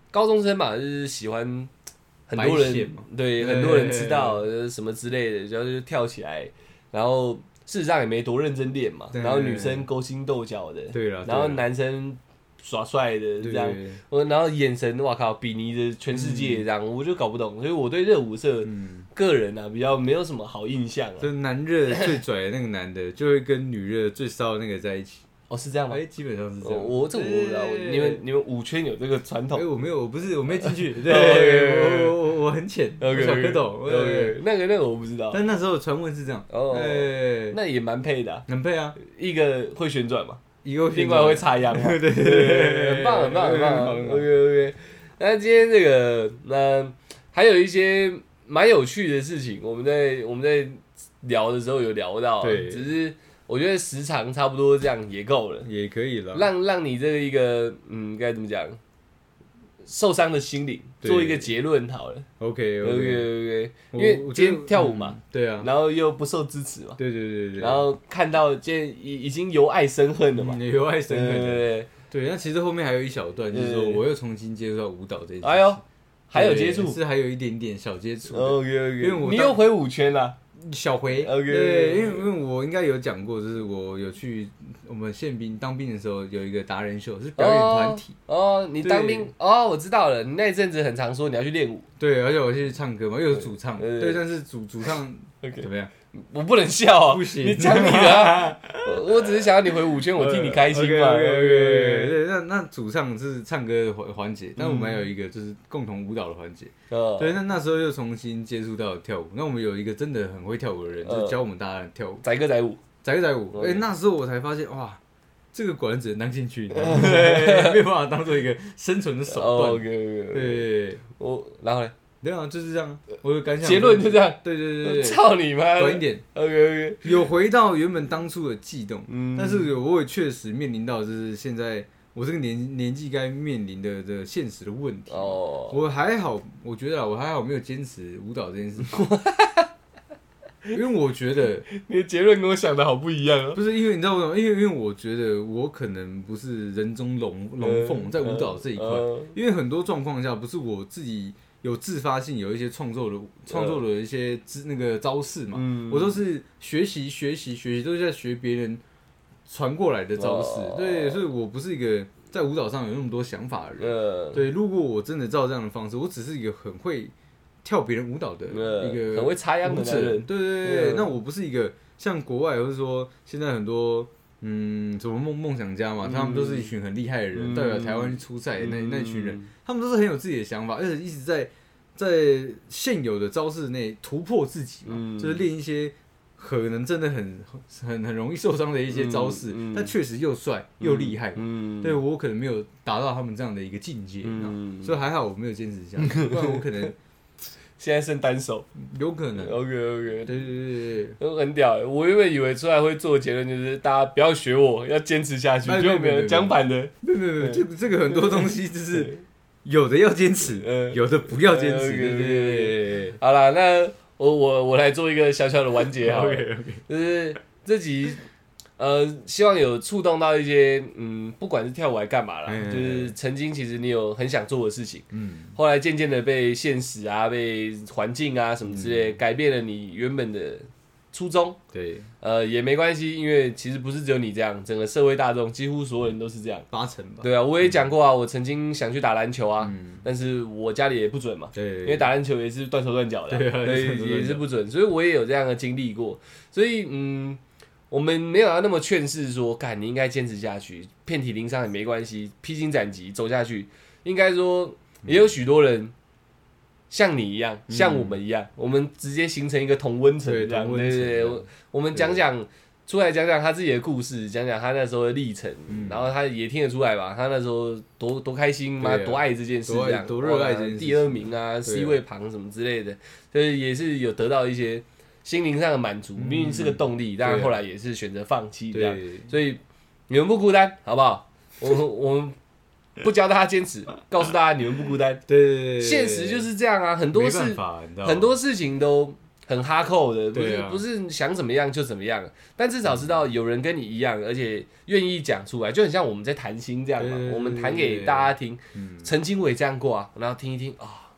S1: 高中生嘛，就是喜欢很多
S2: 白
S1: 人
S2: 线嘛
S1: 对
S2: 对
S1: 很多人知道呃什么之类的，然后就跳起来，然后事实上也没多认真练嘛，
S2: 对
S1: 然后女生勾心斗角的，
S2: 对了，
S1: 然后
S2: 对啦
S1: 男生耍帅的这
S2: 对
S1: 样，
S2: 对
S1: 我然后眼神哇靠比拟着全世界这样，我就搞不懂，所以我对热舞社
S2: 嗯，
S1: 个人啊比较没有什么好印象啊。
S2: 就男热最拽的那个男的，就会跟女热最骚的那个在一起。
S1: 哦，是这样吗？
S2: 哎，基本上是这
S1: 哦
S2: 样。
S1: 我这我不知道，
S2: 对
S1: 你们你哦们舞圈有这个传统
S2: 哎，？我没有，我不是，我没
S1: [laughs]
S2: 进去。
S1: OK，OK，OK
S2: 对，我我我我很浅，我
S1: OK，OK，
S2: 小蝌蚪。对
S1: OK，那个那个我不知道。
S2: 但那时候传闻是这样，
S1: 哦
S2: 哎，
S1: 那也蛮配的啊、
S2: 能配啊，
S1: 一个会旋转嘛，
S2: 一个
S1: 另外会插秧嘛，
S2: 对 [laughs] 对对对
S1: 很棒很棒很棒
S2: [laughs] 很
S1: ，OK
S2: 好
S1: OK。那今天这个，那还有一些蛮有趣的事情，我们在我们在聊的时候有聊到啊，
S2: 对
S1: 只是我觉得时长差不多这样也够了，
S2: 也可以了。
S1: 让让你这个一个嗯该怎么讲，受伤的心灵
S2: 对
S1: 做一个结论好了
S2: OK
S1: ，OK
S2: OK，
S1: OK，
S2: 我
S1: 因为
S2: 我觉
S1: 今
S2: 得
S1: 天跳舞嘛，
S2: 对啊，
S1: 然后又不受支持嘛。
S2: 对对对对，
S1: 然后看到这已已经由爱生恨了嘛
S2: 嗯，有爱生
S1: 对
S2: 恨
S1: 对
S2: 的。
S1: 对
S2: 对，那其实后面还有一小段，就是说
S1: 对
S2: 我又重新接触到舞蹈这一
S1: 对，哎呦，还有
S2: 对
S1: 接触
S2: 是还有一点点小接触的
S1: ，OK
S2: 因为
S1: OK，
S2: 我
S1: 你
S2: 当
S1: 又回舞圈啊了，
S2: 小回。
S1: OK
S2: 对，因为因为我应该有讲过，就是我有去我们宪兵当兵的时候有一个达人秀，是表演团体。
S1: 哦，你
S2: 对
S1: 当兵哦，我知道了，你那一阵子很常说你要去练舞
S2: 对，而且我去唱歌嘛，又有主唱，
S1: 对对
S2: 对，但是主主唱
S1: ，OK，
S2: 怎么样？
S1: 我不能笑啊、
S2: 不行
S1: 你讲你的、 [laughs] 啊，我我只是想要你回五圈，我替你开心嘛。
S2: OK OK，对，那那主唱是唱歌的环环节，但我们还有一个就是共同舞蹈的环节。
S1: 嗯
S2: 对，那那时候又重新接触到跳舞。那我们有一个真的很会跳舞的人，就
S1: 嗯
S2: 教我们大家跳舞，
S1: 载歌载舞，
S2: 宅宅舞。哎、
S1: 嗯
S2: 那时候我才发现，哇，这个果然只能当
S1: [laughs]
S2: 兴趣，你知道吗没有办法当做一个生存的手段。
S1: OK OK，
S2: 对对对，
S1: 哦我然后呢？
S2: 对啊，就是这样。我的感想
S1: 结论就这样，
S2: 对对对对对，
S1: 操你妈！
S2: 短一点，
S1: OK OK，
S2: 有回到原本当初的悸动。
S1: 嗯，
S2: 但是我也确实面临到，就是现在我这个年年纪该面临的的现实的问题。
S1: 哦，
S2: 我还好，我觉得啊，我还好没有坚持舞蹈
S1: [laughs]
S2: 这件事，因为我觉得
S1: 你的结论跟我想的好不一样啊。
S2: 不是因为你知道为什么？因为因为我觉得我可能不是人中龙龙凤
S1: 嗯
S2: 在舞蹈这一块，
S1: 嗯
S2: 因为很多状况下不是我自己有自发性有一些创作的创作的一些知那个招式嘛，
S1: 嗯
S2: 我都是学习学习学习，都是在学别人传过来的招式。
S1: 哦
S2: 对，所以我不是一个在舞蹈上有那么多想法的人。
S1: 嗯，
S2: 对，如果我真的照这样的方式，我只是一个很会跳别人舞蹈的一
S1: 嗯
S2: 个
S1: 很会插秧的
S2: 舞者
S1: 男人，
S2: 对对对对，
S1: 嗯
S2: 那我不是一个像国外，或者说现在很多嗯，什么梦梦想家嘛，
S1: 嗯
S2: 他们都是一群很厉害的人，
S1: 嗯
S2: 代表台湾去出赛哎那
S1: 嗯
S2: 那一群人，他们都是很有自己的想法，而且一直在在现有的招式内突破自己嘛，
S1: 嗯
S2: 就是练一些。可能真的很很很容易受伤的一些招式，
S1: 嗯嗯
S2: 但确实又帅又厉害。
S1: 嗯，
S2: 对我可能没有达到他们这样的一个境界，你知道吗
S1: 嗯，
S2: 所以还好我没有坚持下
S1: [laughs]
S2: 来，不然我可能
S1: 现在剩单手。
S2: 有可能。
S1: OK OK，
S2: 对对对对
S1: 都很屌欸。我原本以为出来会做的结论就是大家不要学我，要坚持下去
S2: 哎，没
S1: 结
S2: 有
S1: 果没
S2: 没有
S1: 有
S2: 没有
S1: 讲反的。
S2: 对，没有没有，这个这个很多东西就是有的要坚持，
S1: 嗯，
S2: 有的不要坚持。
S1: 嗯
S2: 对对对对
S1: 好啦，那我我我来做一个小小的完
S2: [laughs]
S1: 结好了
S2: OK，
S1: 就是这集呃，希望有触动到一些嗯，不管是跳舞还干嘛啦，
S2: 嗯
S1: 就是曾经其实你有很想做的事情，
S2: 嗯，
S1: 后来渐渐的被现实啊、被环境啊什么之类、改变了你原本的初衷。
S2: 对，嗯
S1: 呃，也没关系，因为其实不是只有你这样，整个社会大众几乎所有人都是这样。
S2: 八成吧。
S1: 对啊，我也讲过啊，我曾经想去打篮球啊，
S2: 嗯，
S1: 但是我家里也不准嘛，
S2: 对，
S1: 因为打篮球也是断手断脚的啊，
S2: 对啊
S1: 所
S2: 断手断
S1: 以
S2: 脚
S1: 也是不准，所以我也有这样的经历过。所以嗯，我们没有要那么劝世说，干你应该坚持下去，遍体鳞伤也没关系，披荆斩棘走下去。应该说，也有许多人。像你一样，像我们一样，我们直接形成一个同温层
S2: 嗯对
S1: 这样，
S2: 同
S1: 对
S2: 温
S1: 对
S2: 层
S1: 对，我我们讲讲出来，讲讲他自己的故事，讲讲他那时候的历程，
S2: 嗯
S1: 然后他也听得出来吧，他那时候多多开心嘛，
S2: 对啊
S1: 多爱这件事，
S2: 多爱
S1: 这样
S2: 多热爱这件事
S1: 第二名啊，C 位旁什么之类的，所以也是有得到一些心灵上的满足，明明是个动力，但
S2: 嗯对啊
S1: 后来也是选择放弃这样，
S2: 对，
S1: 所以你们不孤单，好不好？我我们不教大家坚持，告诉大家你们不孤单，
S2: 对 [laughs] 对对，
S1: 现实就是这样啊，很
S2: 很
S1: 多事很多事情都很哈扣的，不是、
S2: 对啊
S1: 不是想怎么样就怎么样，但至少知道有人跟你一样，而且愿意讲出来，就很像我们在谈心这样嘛
S2: 对对，对
S1: 我们谈给大家听。
S2: 嗯
S1: 曾经我也这样过啊，然后听一听啊、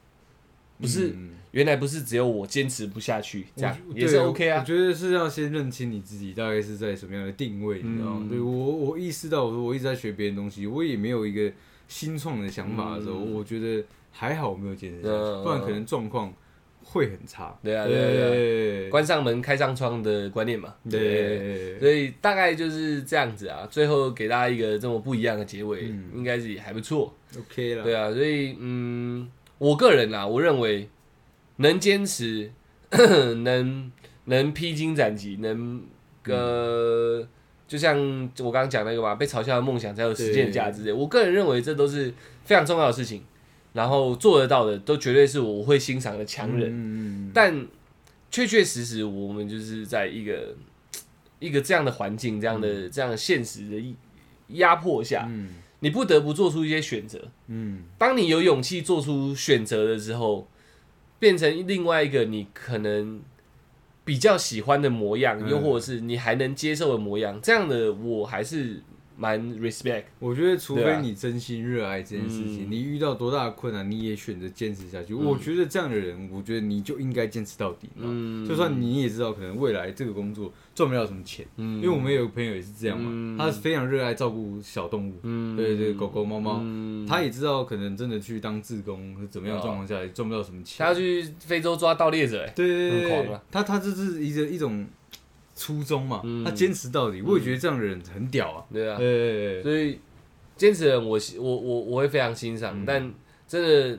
S1: 不是、
S2: 嗯
S1: 原来不是只有我坚持不下去，这样
S2: 我
S1: 也是
S2: 对
S1: OK
S2: 我
S1: 啊。
S2: 觉得是要先认清你自己大概是在什么样的定位，你知道吗？
S1: 嗯
S2: 对我，我意识到我说我一直在学别人东西，我也没有一个新创的想法的时候，
S1: 嗯
S2: 我觉得还好我没有坚持下去，
S1: 嗯
S2: 不然可能状况会很差。
S1: 对啊，对啊，对啊，
S2: 对
S1: 关上门开上窗的观念嘛。
S2: 对
S1: 所以大概就是这样子啊，最后给大家一个这么不一样的结尾，
S2: 嗯
S1: 应该是也还不错。
S2: ，OK 了，
S1: 对啊，所以嗯，我个人啊，我认为能坚持，能能披荆斩棘，能呃，就像我刚刚讲那个嘛，被嘲笑的梦想才有实践的价值。我个人认为这都是非常重要的事情，然后做得到的都绝对是我会欣赏的强人。
S2: 嗯，嗯嗯
S1: 但确确实实，我们就是在一个一个这样的环境、这样的、这样的现实的压迫下，
S2: 嗯
S1: 你不得不做出一些选择。
S2: 嗯，
S1: 当你有勇气做出选择的时候，变成另外一个你可能比较喜欢的模样，
S2: 嗯
S1: 又或者是你还能接受的模样，这样的我还是蛮 respect。
S2: 我觉得，除
S1: 对
S2: 非
S1: 啊
S2: 你真心热爱这件事
S1: 嗯
S2: 情，你遇到多大的困难，你也选择坚持下去。我觉得这样的人，我觉得你就应该坚持到底。嗯，
S1: 嗯
S2: 就算你也知道，可能未来这个工作赚不了什么钱，
S1: 嗯
S2: 因为我们有个朋友也是这样嘛
S1: 嗯，
S2: 他是非常热爱照顾小动物，
S1: 嗯
S2: 对对，狗狗、猫猫，
S1: 嗯
S2: 他也知道可能真的去当志工是怎么样的状况下也赚不到什么
S1: 他
S2: 钱。
S1: 要去非洲抓盗猎者、欸，
S2: 对对对
S1: 很
S2: 对
S1: 狂啊，
S2: 他他这是一个一种初衷嘛，
S1: 嗯
S2: 他坚持到底。我也觉得这样的人很屌啊。
S1: 对
S2: 对
S1: 啊，
S2: 对对对，
S1: 所以坚持的人我喜我我我会非常欣赏，
S2: 嗯
S1: 但真的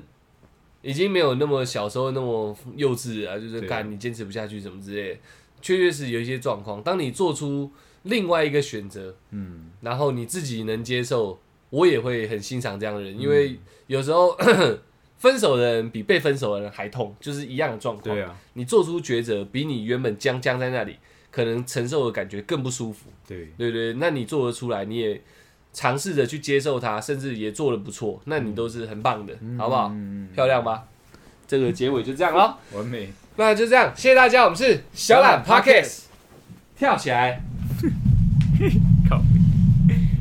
S1: 已经没有那么小时候那么幼稚啊，就是
S2: 对
S1: 干你坚持不下去什么之类的，确确实有一些状况。当你做出另外一个选择，
S2: 嗯，
S1: 然后你自己能接受，我也会很欣赏这样的人，因
S2: 嗯
S1: 为有时候 [coughs] 分手的人比被分手的人还痛，就是一样的状况
S2: 对。啊，
S1: 你做出抉择，比你原本僵僵在那里，可能承受的感觉更不舒服。
S2: 对。
S1: 对对，那你做得出来，你也尝试着去接受它，甚至也做得不错，那你都是很棒的，好不好？
S2: 嗯，
S1: 漂亮吧？这个结尾就这样了，
S2: 完美。
S1: 那就这样，谢谢大家，我们是小懒 Pockets，跳起来。